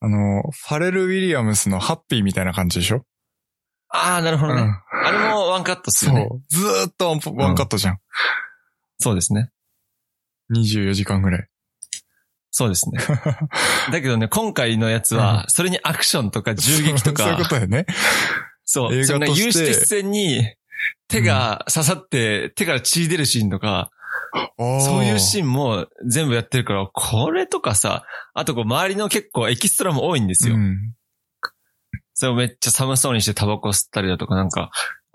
Speaker 2: あの、ファレル・ウィリアムスのハッピーみたいな感じでしょ
Speaker 1: ああ、なるほどね。
Speaker 2: うん
Speaker 1: あれもワンカットっす
Speaker 2: そ
Speaker 1: よ
Speaker 2: う
Speaker 1: ね。。
Speaker 2: ずーっとワンワンカットじゃん。
Speaker 1: そうですね。
Speaker 2: 24時間ぐらい。
Speaker 1: そうですね。だけどね、今回のやつ
Speaker 2: う
Speaker 1: は、それにアクションとか銃撃と
Speaker 2: そういう
Speaker 1: か
Speaker 2: こ、とだよね。
Speaker 1: そう、
Speaker 2: 映画
Speaker 1: そんな
Speaker 2: として
Speaker 1: 有刺鉄線に手が刺さって、手から血出るシーンとか、
Speaker 2: あ
Speaker 1: そういうシ
Speaker 2: ーン。
Speaker 1: ーンも全部やってるから、これとかさ、あとこう周りの結構エキストラも多いんですよ。
Speaker 2: うん。
Speaker 1: それをめっちゃ寒そうにしてタバコ吸ったりだとかなんか、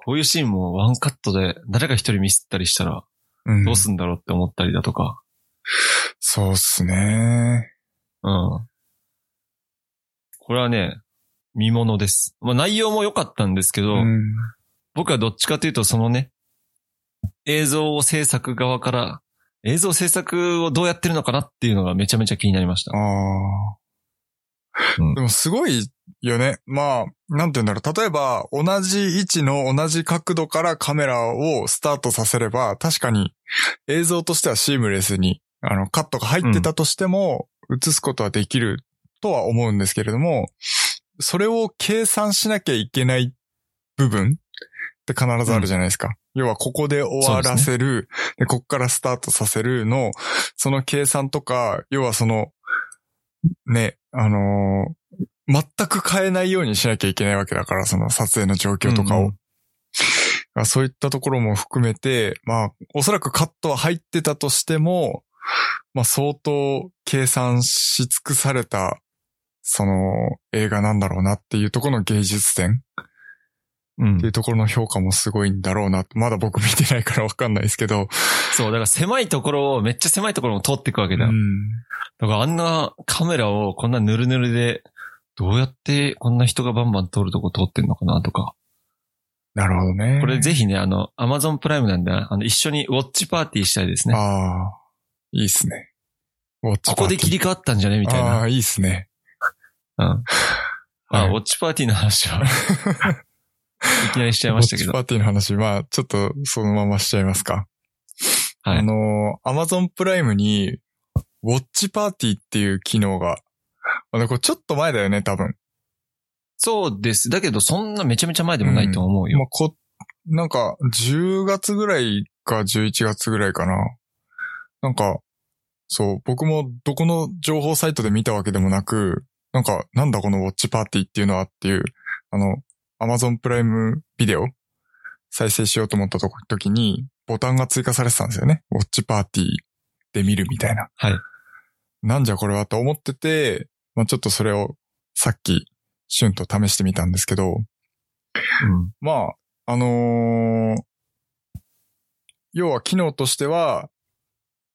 Speaker 1: こういうシーンもワンカットで誰か一人ミスったりしたら
Speaker 2: うん
Speaker 1: どうすんだろうって思ったりだとか。
Speaker 2: そうっすね。
Speaker 1: うん。これはね、見物です。まあ内容も良かったんですけ
Speaker 2: う
Speaker 1: ど、
Speaker 2: ん。
Speaker 1: 僕はどっちかというとそのね、映像を制作側から、映像制作をどうやってるのかなっていうのがめちゃめちゃ気になりました。
Speaker 2: ああ、
Speaker 1: うん
Speaker 2: でもすごいよね。まあ、なんて言うんだろう。例えば、同じ位置の同じ角度からカメラをスタートさせれば、確かに映像としてはシームレスに、あの、カットが入ってたとしても、映すことはできるとは思うんですけれども、それを計算しなきゃいけない部分って必ずあるじゃないですか。要は、ここで終わらせる、で、こっからスタートさせるの、その計算とか、要はその、ね、あのー全く変えないようにしなきゃいけないわけだから、その撮影の状況とかを。
Speaker 1: うんうん
Speaker 2: あそういったところも含めて、まあ、おそらくカットは入ってたとしても、まあ相当計算し尽くされた、その映画なんだろうなっていうところの芸術点
Speaker 1: う
Speaker 2: っ
Speaker 1: ん
Speaker 2: ていうところの評価もすごいんだろうな。まだ僕見てないからわかんないですけど。
Speaker 1: そう、だから狭いところを、めっちゃ狭いところも通っていくわけだよ。
Speaker 2: うん
Speaker 1: だからあんなカメラをこんなヌルヌルで、どうやってこんな人がバンバン通るとこ通ってんのかなとか。
Speaker 2: なるほどね。
Speaker 1: これぜひね、あの、アマゾンプライムなんで、あの、一緒にウォッチパーティーしたいですね。
Speaker 2: ああ、いいっすね。ウォッチ
Speaker 1: ここで切り替わったんじゃねみたい
Speaker 2: あ
Speaker 1: な。
Speaker 2: あー、いいっすね。
Speaker 1: うん。あ、
Speaker 2: はい
Speaker 1: ウォッチパーティーの話
Speaker 2: [LAUGHS]
Speaker 1: は、いきなりしちゃいましたけ
Speaker 2: ウォッチ
Speaker 1: ど
Speaker 2: パ。ーティーの話、まあ、ちょっとそのまましちゃいますか。
Speaker 1: はい
Speaker 2: あのー、Amazon プライムに、ウォッチパーティーっていう機能が、あの、これちょっと前だよね、多分。
Speaker 1: そうです。だけど、そんなめちゃめちゃ前でもないと思うよ。
Speaker 2: まあ、こ、なんか、10月ぐらいか11月ぐらいかな。なんか、そう、僕もどこの情報サイトで見たわけでもなく、なんか、なんだこのウォッチパーティーっていうのはっていう、あの、Amazon プライムビデオ再生しようと思ったとこ時に、ボタンが追加されてたんですよね。ウォッチパーティーで見るみたいな。
Speaker 1: はい。
Speaker 2: なんじゃこれはと思ってて、まあちょっとそれをさっき、シュンと試してみたんですけど、
Speaker 1: うん
Speaker 2: まあ、あのー要は機能としては、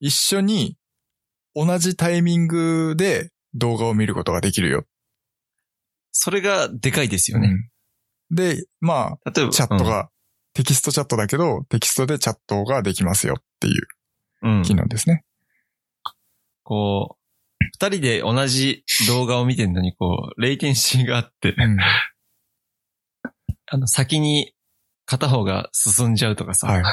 Speaker 2: 一緒に同じタイミングで動画を見ることができるよ。
Speaker 1: それがでかいですよね。
Speaker 2: うんで、ま
Speaker 1: 例え
Speaker 2: あ、
Speaker 1: ば、
Speaker 2: チャットが、テキストチャットだけど、テキストでチャットができますよっていう
Speaker 1: うん、うん
Speaker 2: 機能ですね。
Speaker 1: こう、二人で同じ動画を見てるのに、こう、レイテンシーがあって、 [LAUGHS]
Speaker 2: うん
Speaker 1: あの、先に片方が進んじゃうとかさ、
Speaker 2: はい。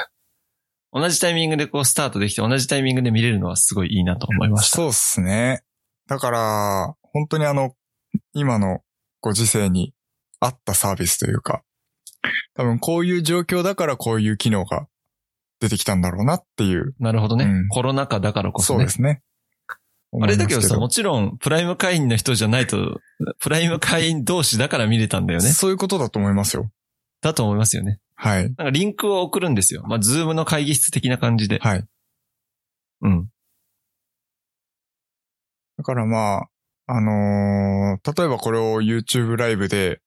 Speaker 1: 同じタイミングでこう、スタートできて、同じタイミングで見れるのはすごいいいなと思いました。
Speaker 2: そうっすね。だから、本当にあの、今のご時世に合ったサービスというか、多分こういう状況だからこういう機能が出てきたんだろうなっていう、
Speaker 1: なるほどね、
Speaker 2: うん
Speaker 1: コロナ禍だからこそ
Speaker 2: そう
Speaker 1: ね
Speaker 2: で。すね。
Speaker 1: あれだけどさ、
Speaker 2: 思いま
Speaker 1: もちろん、プライム会員の人じゃないと、プライム会員同士だから見れたんだよ
Speaker 2: す
Speaker 1: ね
Speaker 2: けど。そういうことだと思いますよ。
Speaker 1: だと思いますよね。
Speaker 2: はい。
Speaker 1: なんかリンクを送るんですよ。まあ、ズームの会議室的な感じで。
Speaker 2: はい。
Speaker 1: うん。
Speaker 2: だからまあ、あのー例えばこれを YouTube ライブで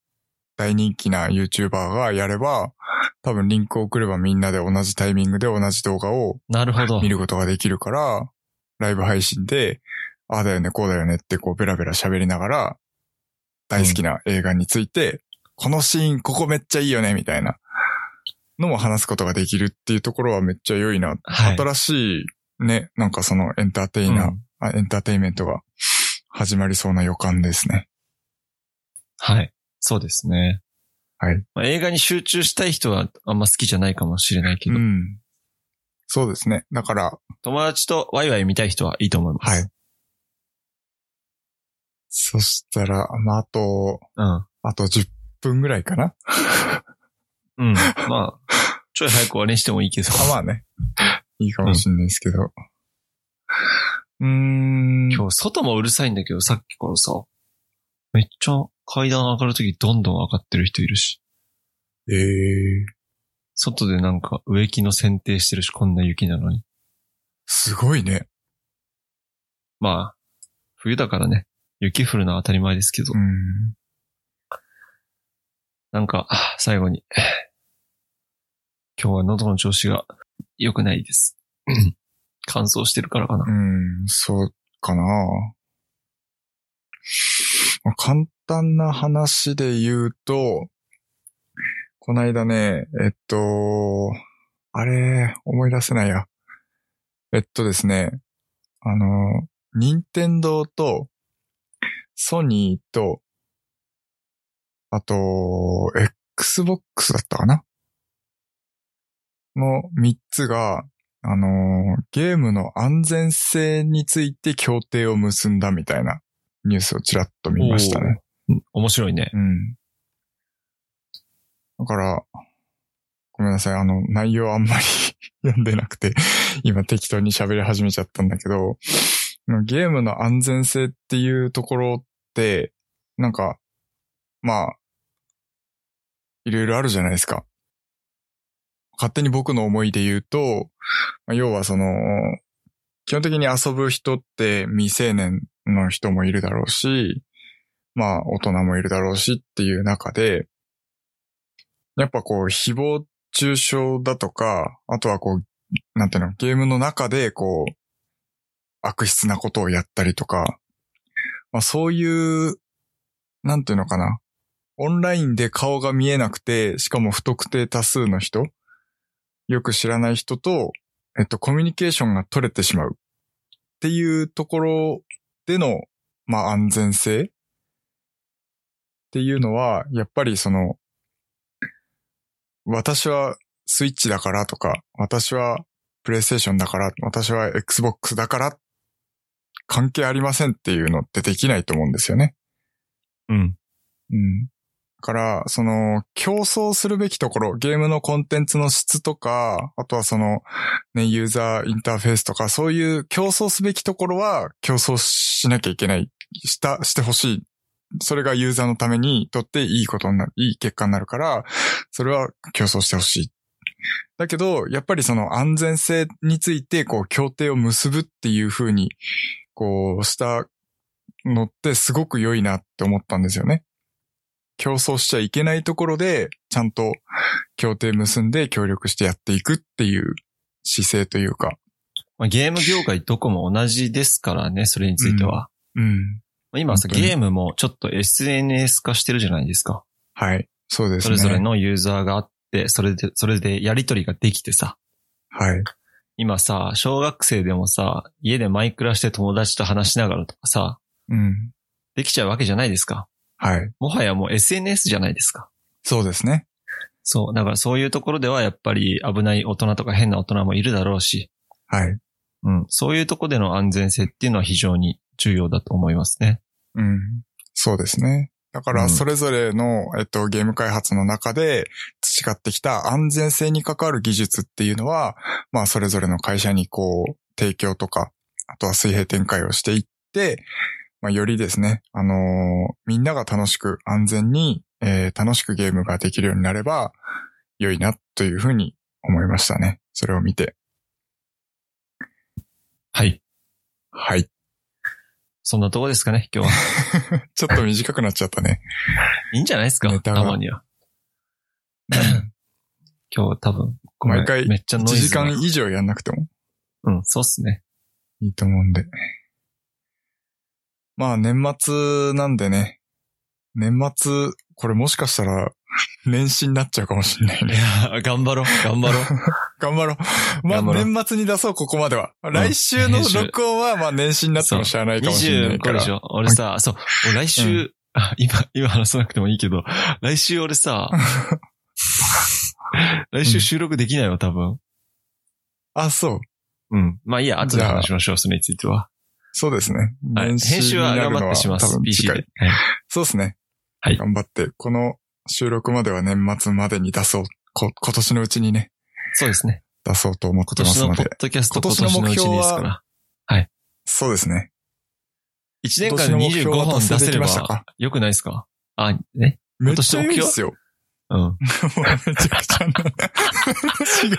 Speaker 2: 大人気な YouTuber がやれば、多分リンクを送ればみんなで同じタイミングで同じ動画を
Speaker 1: なるほど。
Speaker 2: 見ることができるから、ライブ配信で、ああだよね、こうだよねってこうベラベラ喋りながら、大好きな映画について、このシーン、ここめっちゃいいよね、みたいなのも話すことができるっていうところはめっちゃ良いな。
Speaker 1: はい。
Speaker 2: 新しいね、なんかそのエンターテイナー、
Speaker 1: うん
Speaker 2: あエンターテイメントが始まりそうな予感ですね。
Speaker 1: はい。そうですね。
Speaker 2: はい。
Speaker 1: まあ、映画に集中したい人はあんま好きじゃないかもしれないけ
Speaker 2: う
Speaker 1: ど、
Speaker 2: ん。そうですね。だから、
Speaker 1: 友達とワイワイ見たい人はいいと思います。
Speaker 2: はい。そしたら、まあ、あと、あと10分ぐらいかな
Speaker 1: うん。うん。まあ、ちょい早く終わりにしてもいいけど、 [LAUGHS]
Speaker 2: あ、まあね。いいかもしんないですけど。うーん。
Speaker 1: 今日外もうるさいんだけど、さっきからさ、めっちゃ階段上がるときどんどん上がってる人いるし、
Speaker 2: ええ
Speaker 1: 外でなんか植木の剪定してるし、こんな雪なのに。
Speaker 2: すごいね。
Speaker 1: まあ、冬だからね、雪降るのは当たり前ですけど
Speaker 2: う、ん。
Speaker 1: なんか、最後に、今日は喉の調子が良くないです。うん乾燥してるからかな。
Speaker 2: うん、そうかな。まあ簡単な話で言うと、こないだね、えっと、あれ、思い出せないや。えっとですね、あの、任天堂と、ソニーと、あと、Xbox だったかなの3つが、あのーゲームの安全性について協定を結んだみたいなニュースをちらっと見ましたね。
Speaker 1: うん面白いね。
Speaker 2: うん。だから、ごめんなさい。あの、内容あんまり [LAUGHS] 読んでなくて、今適当に喋り始めちゃったんだけど、ゲームの安全性っていうところって、なんか、まあ、いろいろあるじゃないですか。勝手に僕の思いで言うと、まあ要はその、基本的に遊ぶ人って未成年の人もいるだろうし、まあ大人もいるだろうしっていう中で、やっぱこう誹謗中傷だとか、あとはこう、なんていうの、ゲームの中でこう、悪質なことをやったりとか、まあそういう、なんていうのかな、オンラインで顔が見えなくて、しかも不特定多数の人、よく知らない人と、えっと、コミュニケーションが取れてしまうっていうところでの、まあ安全性っていうのは、やっぱりその、私はスイッチだからとか、私はプレイステーションだから、私は Xbox だから、関係ありませんっていうのってできないと思うんですよね。
Speaker 1: うん。
Speaker 2: うん。だから、その、競争するべきところ、ゲームのコンテンツの質とか、あとはその、ね、ユーザーインターフェースとか、そういう競争すべきところは競争しなきゃいけない、した、してほしい。それがユーザーのためにとっていいことになる、いい結果になるから、それは競争してほしい。だけど、やっぱりその安全性について、こう、協定を結ぶっていう風に、こう、したのってすごく良いなって思ったんですよね。競争しちゃいけないところで、ちゃんと協定結んで協力してやっていくっていう姿勢というか。
Speaker 1: まあ、ゲーム業界どこも同じですからね、それについては。
Speaker 2: うん。
Speaker 1: まあ今さ、
Speaker 2: 本当に
Speaker 1: ゲームもちょっと SNS 化してるじゃないですか。
Speaker 2: はい。そうです
Speaker 1: そ
Speaker 2: ね。
Speaker 1: れぞれのユーザーがあって、それで、それでやりとりができてさ。
Speaker 2: はい。
Speaker 1: 今さ、小学生でもさ、家でマイクラして友達と話しながらとかさ、
Speaker 2: うん。
Speaker 1: できちゃうわけじゃないですか。
Speaker 2: はい。
Speaker 1: もはやもう SNS じゃないですか。
Speaker 2: そうですね。
Speaker 1: そう。だからそういうところではやっぱり危ない大人とか変な大人もいるだろうし、
Speaker 2: はい。
Speaker 1: うん。そういうところでの安全性っていうのは非常に重要だと思いますね。
Speaker 2: うん。そうですね。だか
Speaker 1: う
Speaker 2: ら、
Speaker 1: ん
Speaker 2: それぞれの、えっと、ゲーム開発の中で培ってきた安全性に関わる技術っていうのは、まあ、それぞれの会社にこう、提供とか、あとは水平展開をしていって、まあ、よりですね、あのーみんなが楽しく安全に、えー楽しくゲームができるようになれば、良いなというふうに思いましたね。それを見て。
Speaker 1: はい。
Speaker 2: はい。
Speaker 1: そんなとこですかね、今日は。
Speaker 2: ちょっと短くなっちゃっ
Speaker 1: [LAUGHS]
Speaker 2: たね。
Speaker 1: いいんじゃないですか、
Speaker 2: ネタ
Speaker 1: た
Speaker 2: が
Speaker 1: まには。今日は多分、ごめん
Speaker 2: 毎回
Speaker 1: めっちゃ
Speaker 2: 1
Speaker 1: ノイズ
Speaker 2: 時
Speaker 1: が。
Speaker 2: 間以上やんなくても。
Speaker 1: うん、そうっすね。
Speaker 2: いいと思うんで。まあ年末なんでね。年末、これもしかしたら [LAUGHS] 年始になっちゃうかもしれない
Speaker 1: い
Speaker 2: ね。 [LAUGHS]
Speaker 1: や、頑張ろう、頑張ろう。 [LAUGHS]
Speaker 2: 頑張ろう。まあ
Speaker 1: 頑張ろう
Speaker 2: 年末に出そう、ここまでは。
Speaker 1: ん
Speaker 2: 来週の
Speaker 1: 編集
Speaker 2: 録音はまあ年始になっても知らないかもしれないか
Speaker 1: 25
Speaker 2: ら。
Speaker 1: でしょ俺さ、そう、俺来週、
Speaker 2: う
Speaker 1: あ今、今話さなくてもいいけど、来週俺さ、来週収録できないわ、多分。
Speaker 2: あ、そう。
Speaker 1: うん。まあいいや、後で話しましょう、それについては。
Speaker 2: そうですね。
Speaker 1: はい。編
Speaker 2: 年始
Speaker 1: 集は
Speaker 2: にな
Speaker 1: 頑
Speaker 2: るの
Speaker 1: 張ってします
Speaker 2: 多分、
Speaker 1: PC
Speaker 2: 次
Speaker 1: で。
Speaker 2: 回
Speaker 1: はい
Speaker 2: そうですね。
Speaker 1: はい
Speaker 2: 頑張って、この収録までは年末までに出そう。こ今年のうちにね、
Speaker 1: [LAUGHS] そうですね。
Speaker 2: 出そうと思っ
Speaker 1: 今
Speaker 2: てま
Speaker 1: 年
Speaker 2: す
Speaker 1: の
Speaker 2: の
Speaker 1: ポッ
Speaker 2: で。
Speaker 1: ドキャスト今
Speaker 2: 今
Speaker 1: 年
Speaker 2: 年
Speaker 1: の
Speaker 2: の
Speaker 1: う
Speaker 2: 目
Speaker 1: ち
Speaker 2: 標は
Speaker 1: にですから。
Speaker 2: そうですね。
Speaker 1: 1年間で25本出せれば、よくないですかあ、ね。
Speaker 2: めっ
Speaker 1: 年
Speaker 2: ち
Speaker 1: の
Speaker 2: ゃ
Speaker 1: 目
Speaker 2: いい
Speaker 1: 標
Speaker 2: ですよ。
Speaker 1: [LAUGHS] うん。
Speaker 2: もうめちゃくちゃな話が。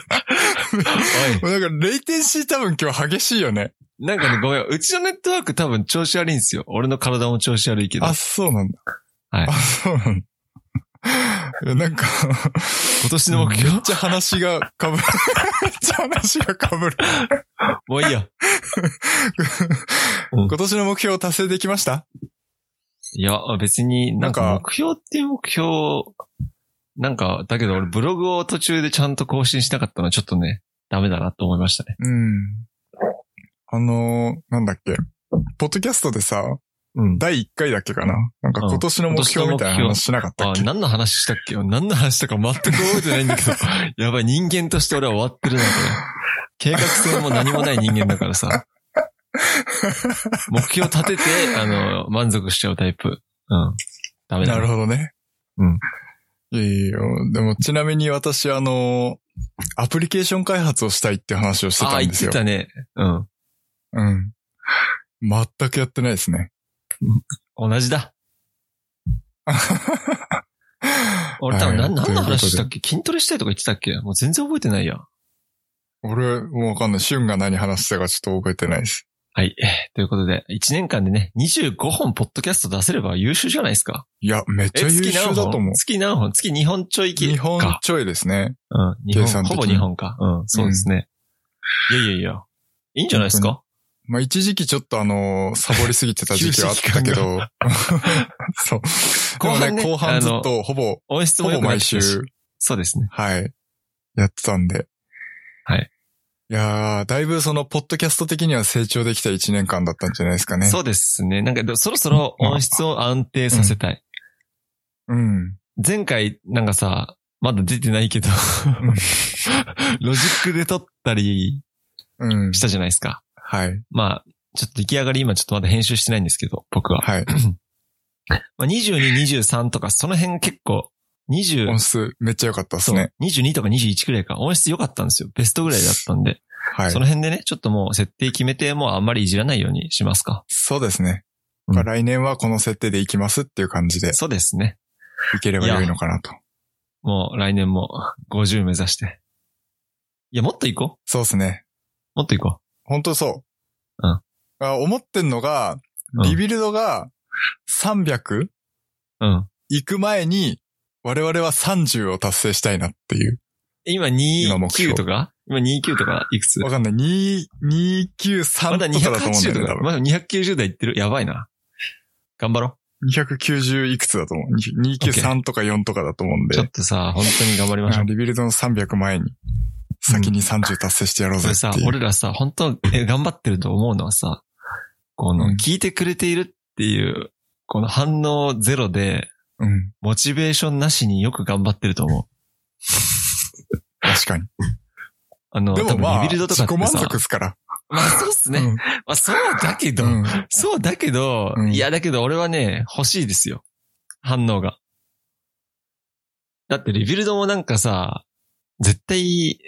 Speaker 1: お
Speaker 2: もうなんか、レイテンシー多分今日激しいよね。
Speaker 1: い。なんかね、ごめん。うちのネットワーク多分調子悪いんですよ。俺の体も調子悪いけど。
Speaker 2: あ、そうなんだ。
Speaker 1: はい
Speaker 2: あ、そうなんだ。いやなんか、
Speaker 1: 今年の目標
Speaker 2: めっちゃ話が被る。めっちゃ話が被る。
Speaker 1: もういいや。
Speaker 2: 今年の目標を達成できました
Speaker 1: いや、別になん
Speaker 2: なん
Speaker 1: か
Speaker 2: か
Speaker 1: 目標っていう目標、なんか、だけど俺ブログを途中でちゃんと更新しなかったのはちょっとね、ダメだなと思いましたね。
Speaker 2: うん。あのーなんだっけ。ポッドキャストでさ、
Speaker 1: うん。
Speaker 2: 第1回だっけかななんか今年の目標みたいな話しなかった
Speaker 1: あ
Speaker 2: っけ、、
Speaker 1: 何の話したっけ何の話したか全く覚えてないんだけ
Speaker 2: [LAUGHS]
Speaker 1: ど、やばい、人間として俺は終わってるな、これ。計画性も何もない人間だからさ。目標立てて、あの、満足しちゃうタイプ。うん。ダメだ
Speaker 2: なるほどね。
Speaker 1: うん。
Speaker 2: いやいや、でもちなみに私あのーアプリケーション開発をしたいって話をして
Speaker 1: あ
Speaker 2: た
Speaker 1: あ、
Speaker 2: ん
Speaker 1: 言
Speaker 2: で
Speaker 1: っ
Speaker 2: す
Speaker 1: て
Speaker 2: よ。
Speaker 1: たね。うん。
Speaker 2: うん。全くやってないですね。
Speaker 1: 同じだ。 [LAUGHS] 俺多分
Speaker 2: はい
Speaker 1: 何、何の話したっ
Speaker 2: というこ
Speaker 1: け筋トレしたいとか言ってたっけもう全然覚えてないや。
Speaker 2: とで俺、もうわかんない。シュンが何話したかちょっと覚えてないです。
Speaker 1: はい。ということで、1年間でね、25本ポッドキャスト出せれば優秀じゃないですか。
Speaker 2: いや、めっちゃ優
Speaker 1: 月何
Speaker 2: 秀だと思
Speaker 1: 本
Speaker 2: う。
Speaker 1: 月何本月2本ちょいき
Speaker 2: 日本
Speaker 1: か。
Speaker 2: ちょいですね。
Speaker 1: うん。日
Speaker 2: 計算
Speaker 1: 本、ほ
Speaker 2: 的に
Speaker 1: ぼ2本か。うん。そうですね。いやいやいや。いいんじゃないですか
Speaker 2: まあ、一時期ちょっとあのーサボりすぎてた時期はあったけど。
Speaker 1: [LAUGHS]
Speaker 2: そう。でも
Speaker 1: 後半ね
Speaker 2: 後半ずっ
Speaker 1: あ
Speaker 2: とほぼ、
Speaker 1: 音質
Speaker 2: ほ
Speaker 1: も良
Speaker 2: ぼ
Speaker 1: くなっ
Speaker 2: 毎
Speaker 1: てきたし
Speaker 2: 週、
Speaker 1: そうですね。
Speaker 2: はい、やってたんで。
Speaker 1: はい。
Speaker 2: いやー、だいぶその、ポッドキャスト的には成長できた一年間だったんじゃないですかね。
Speaker 1: そうですね。なんかで、そろそろ音質を安定させたい。
Speaker 2: うん。
Speaker 1: 前回、なんかさ、まだ出てないけど、ロジックで撮ったり
Speaker 2: うん
Speaker 1: し。たじゃないですか。
Speaker 2: はい。
Speaker 1: まあ、ちょっと出来上がり今ちょっとまだ編集してないんですけど、僕は。
Speaker 2: はい。
Speaker 1: まあ、22、23とか、その辺結構、20
Speaker 2: 音、質、めっちゃ良かったです
Speaker 1: そう、
Speaker 2: ね。
Speaker 1: 22とか21くらいか、音質良かったんですよ。ベストぐらいだったんで、
Speaker 2: はい
Speaker 1: そ。の辺でね、ちょっともう設定決めて、もうあんまりいじらないようにしますか。
Speaker 2: そうですね。
Speaker 1: うん
Speaker 2: まあ来年はこの設定でいきますっていう感じで
Speaker 1: そうですね。
Speaker 2: いければ良いのかなと。
Speaker 1: もう来年も50目指して。いや、もっと行こ
Speaker 2: そうですね。
Speaker 1: う。もっと行こ
Speaker 2: 本当そう。
Speaker 1: うん
Speaker 2: あ思ってんのが、
Speaker 1: うん
Speaker 2: リビルドが300
Speaker 1: う。うん。
Speaker 2: 行く前に、我々は30を達成したいなっていう。
Speaker 1: 今
Speaker 2: 今目標
Speaker 1: 29とか今29とかいくつ
Speaker 2: [LAUGHS] わかんない。2、293
Speaker 1: ま
Speaker 2: と
Speaker 1: だ
Speaker 2: かだと思う
Speaker 1: 280
Speaker 2: んだよ
Speaker 1: と
Speaker 2: ね、
Speaker 1: か
Speaker 2: 多
Speaker 1: ま
Speaker 2: 分。
Speaker 1: だ290台いってる。やばいな。頑張ろ
Speaker 2: 290いくつだと思う。293とか4とかだと思うん
Speaker 1: う。
Speaker 2: で
Speaker 1: ちょ。っとさ、本当に頑張りましょ
Speaker 2: [LAUGHS]
Speaker 1: う
Speaker 2: あ。リビルドの300前に、先に30達成してやろう
Speaker 1: こ
Speaker 2: ぜ
Speaker 1: れ
Speaker 2: っ
Speaker 1: さ
Speaker 2: てい、う。
Speaker 1: 俺らさ、本当え頑張ってると思うのはさ、こ
Speaker 2: う
Speaker 1: の、
Speaker 2: ん
Speaker 1: 聞いてくれているっていう、この反応ゼロで、
Speaker 2: うん。
Speaker 1: モチベーションなしによく頑張ってると思う。
Speaker 2: 確かに。
Speaker 1: あの、
Speaker 2: で
Speaker 1: [LAUGHS] 多
Speaker 2: も
Speaker 1: 分
Speaker 2: まあ、
Speaker 1: リビルドとか
Speaker 2: 自
Speaker 1: っ
Speaker 2: 己
Speaker 1: て
Speaker 2: 満
Speaker 1: さ、
Speaker 2: 足っすから。
Speaker 1: まあそうっすね。
Speaker 2: うん
Speaker 1: まあそうだけど、
Speaker 2: うん
Speaker 1: そうだけど、
Speaker 2: うん
Speaker 1: いやだけど俺はね、欲しいですよ。反応が。だってリビルドもなんかさ、絶対、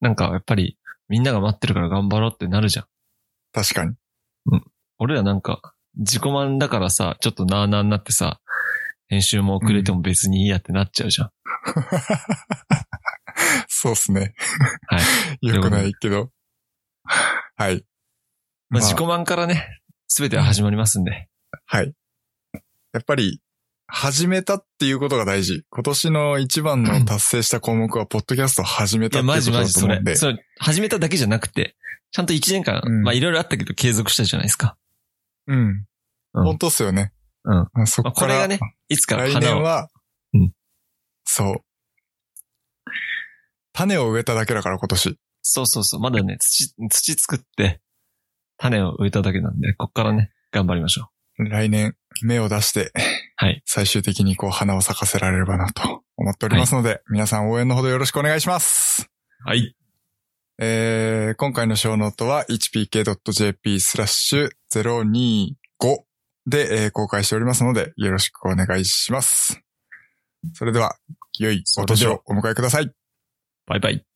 Speaker 1: なんかやっぱり、みんなが待ってるから頑張ろうってなるじゃん。
Speaker 2: 確かに。
Speaker 1: 俺らなんか、自己満だからさ、ちょっとなーなーになってさ、編集も遅れても別にいいやってなっちゃうじゃん。
Speaker 2: そうっすね。
Speaker 1: はい。
Speaker 2: [LAUGHS] よくないけど。はい。
Speaker 1: まあ、自己満からね、すべては始まりますんで。
Speaker 2: はい。やっぱり、始めたっていうことが大事。今年の一番の達成した項目は、ポッドキャストを始め
Speaker 1: い
Speaker 2: たっ
Speaker 1: や、
Speaker 2: ていう
Speaker 1: マジ
Speaker 2: こと
Speaker 1: マ
Speaker 2: だ
Speaker 1: ジ
Speaker 2: と
Speaker 1: そ
Speaker 2: 思う
Speaker 1: れ
Speaker 2: んで。。
Speaker 1: それ、始めただけじゃなくて、ちゃんと1年間、
Speaker 2: うん
Speaker 1: まあ、いろいろあったけど継続したじゃないですか。
Speaker 2: うん。
Speaker 1: うん
Speaker 2: 本当っすよね。
Speaker 1: うん。
Speaker 2: そ
Speaker 1: まあ、
Speaker 2: っ
Speaker 1: こ
Speaker 2: か
Speaker 1: れ
Speaker 2: ら、
Speaker 1: がね、いつか
Speaker 2: 来
Speaker 1: 花
Speaker 2: 年
Speaker 1: を。
Speaker 2: は
Speaker 1: うん、
Speaker 2: そう。種を植えただけだから、今年。
Speaker 1: そうそうそう。まだね、土、土作って、種を植えただけなんで、こっからね、頑張りましょ
Speaker 2: 来年、芽を出して、
Speaker 1: う。はい。
Speaker 2: 最終的にこう、花を咲かせられればなと思っておりますので、皆さん応援のほどよろしくお願いします。
Speaker 1: はい。
Speaker 2: えー今回の小ノートは hpk.jp スラッシュ025で、えー公開しておりますので、よろしくお願いします。それでは、良いお年をお迎えください。
Speaker 1: バイバイ。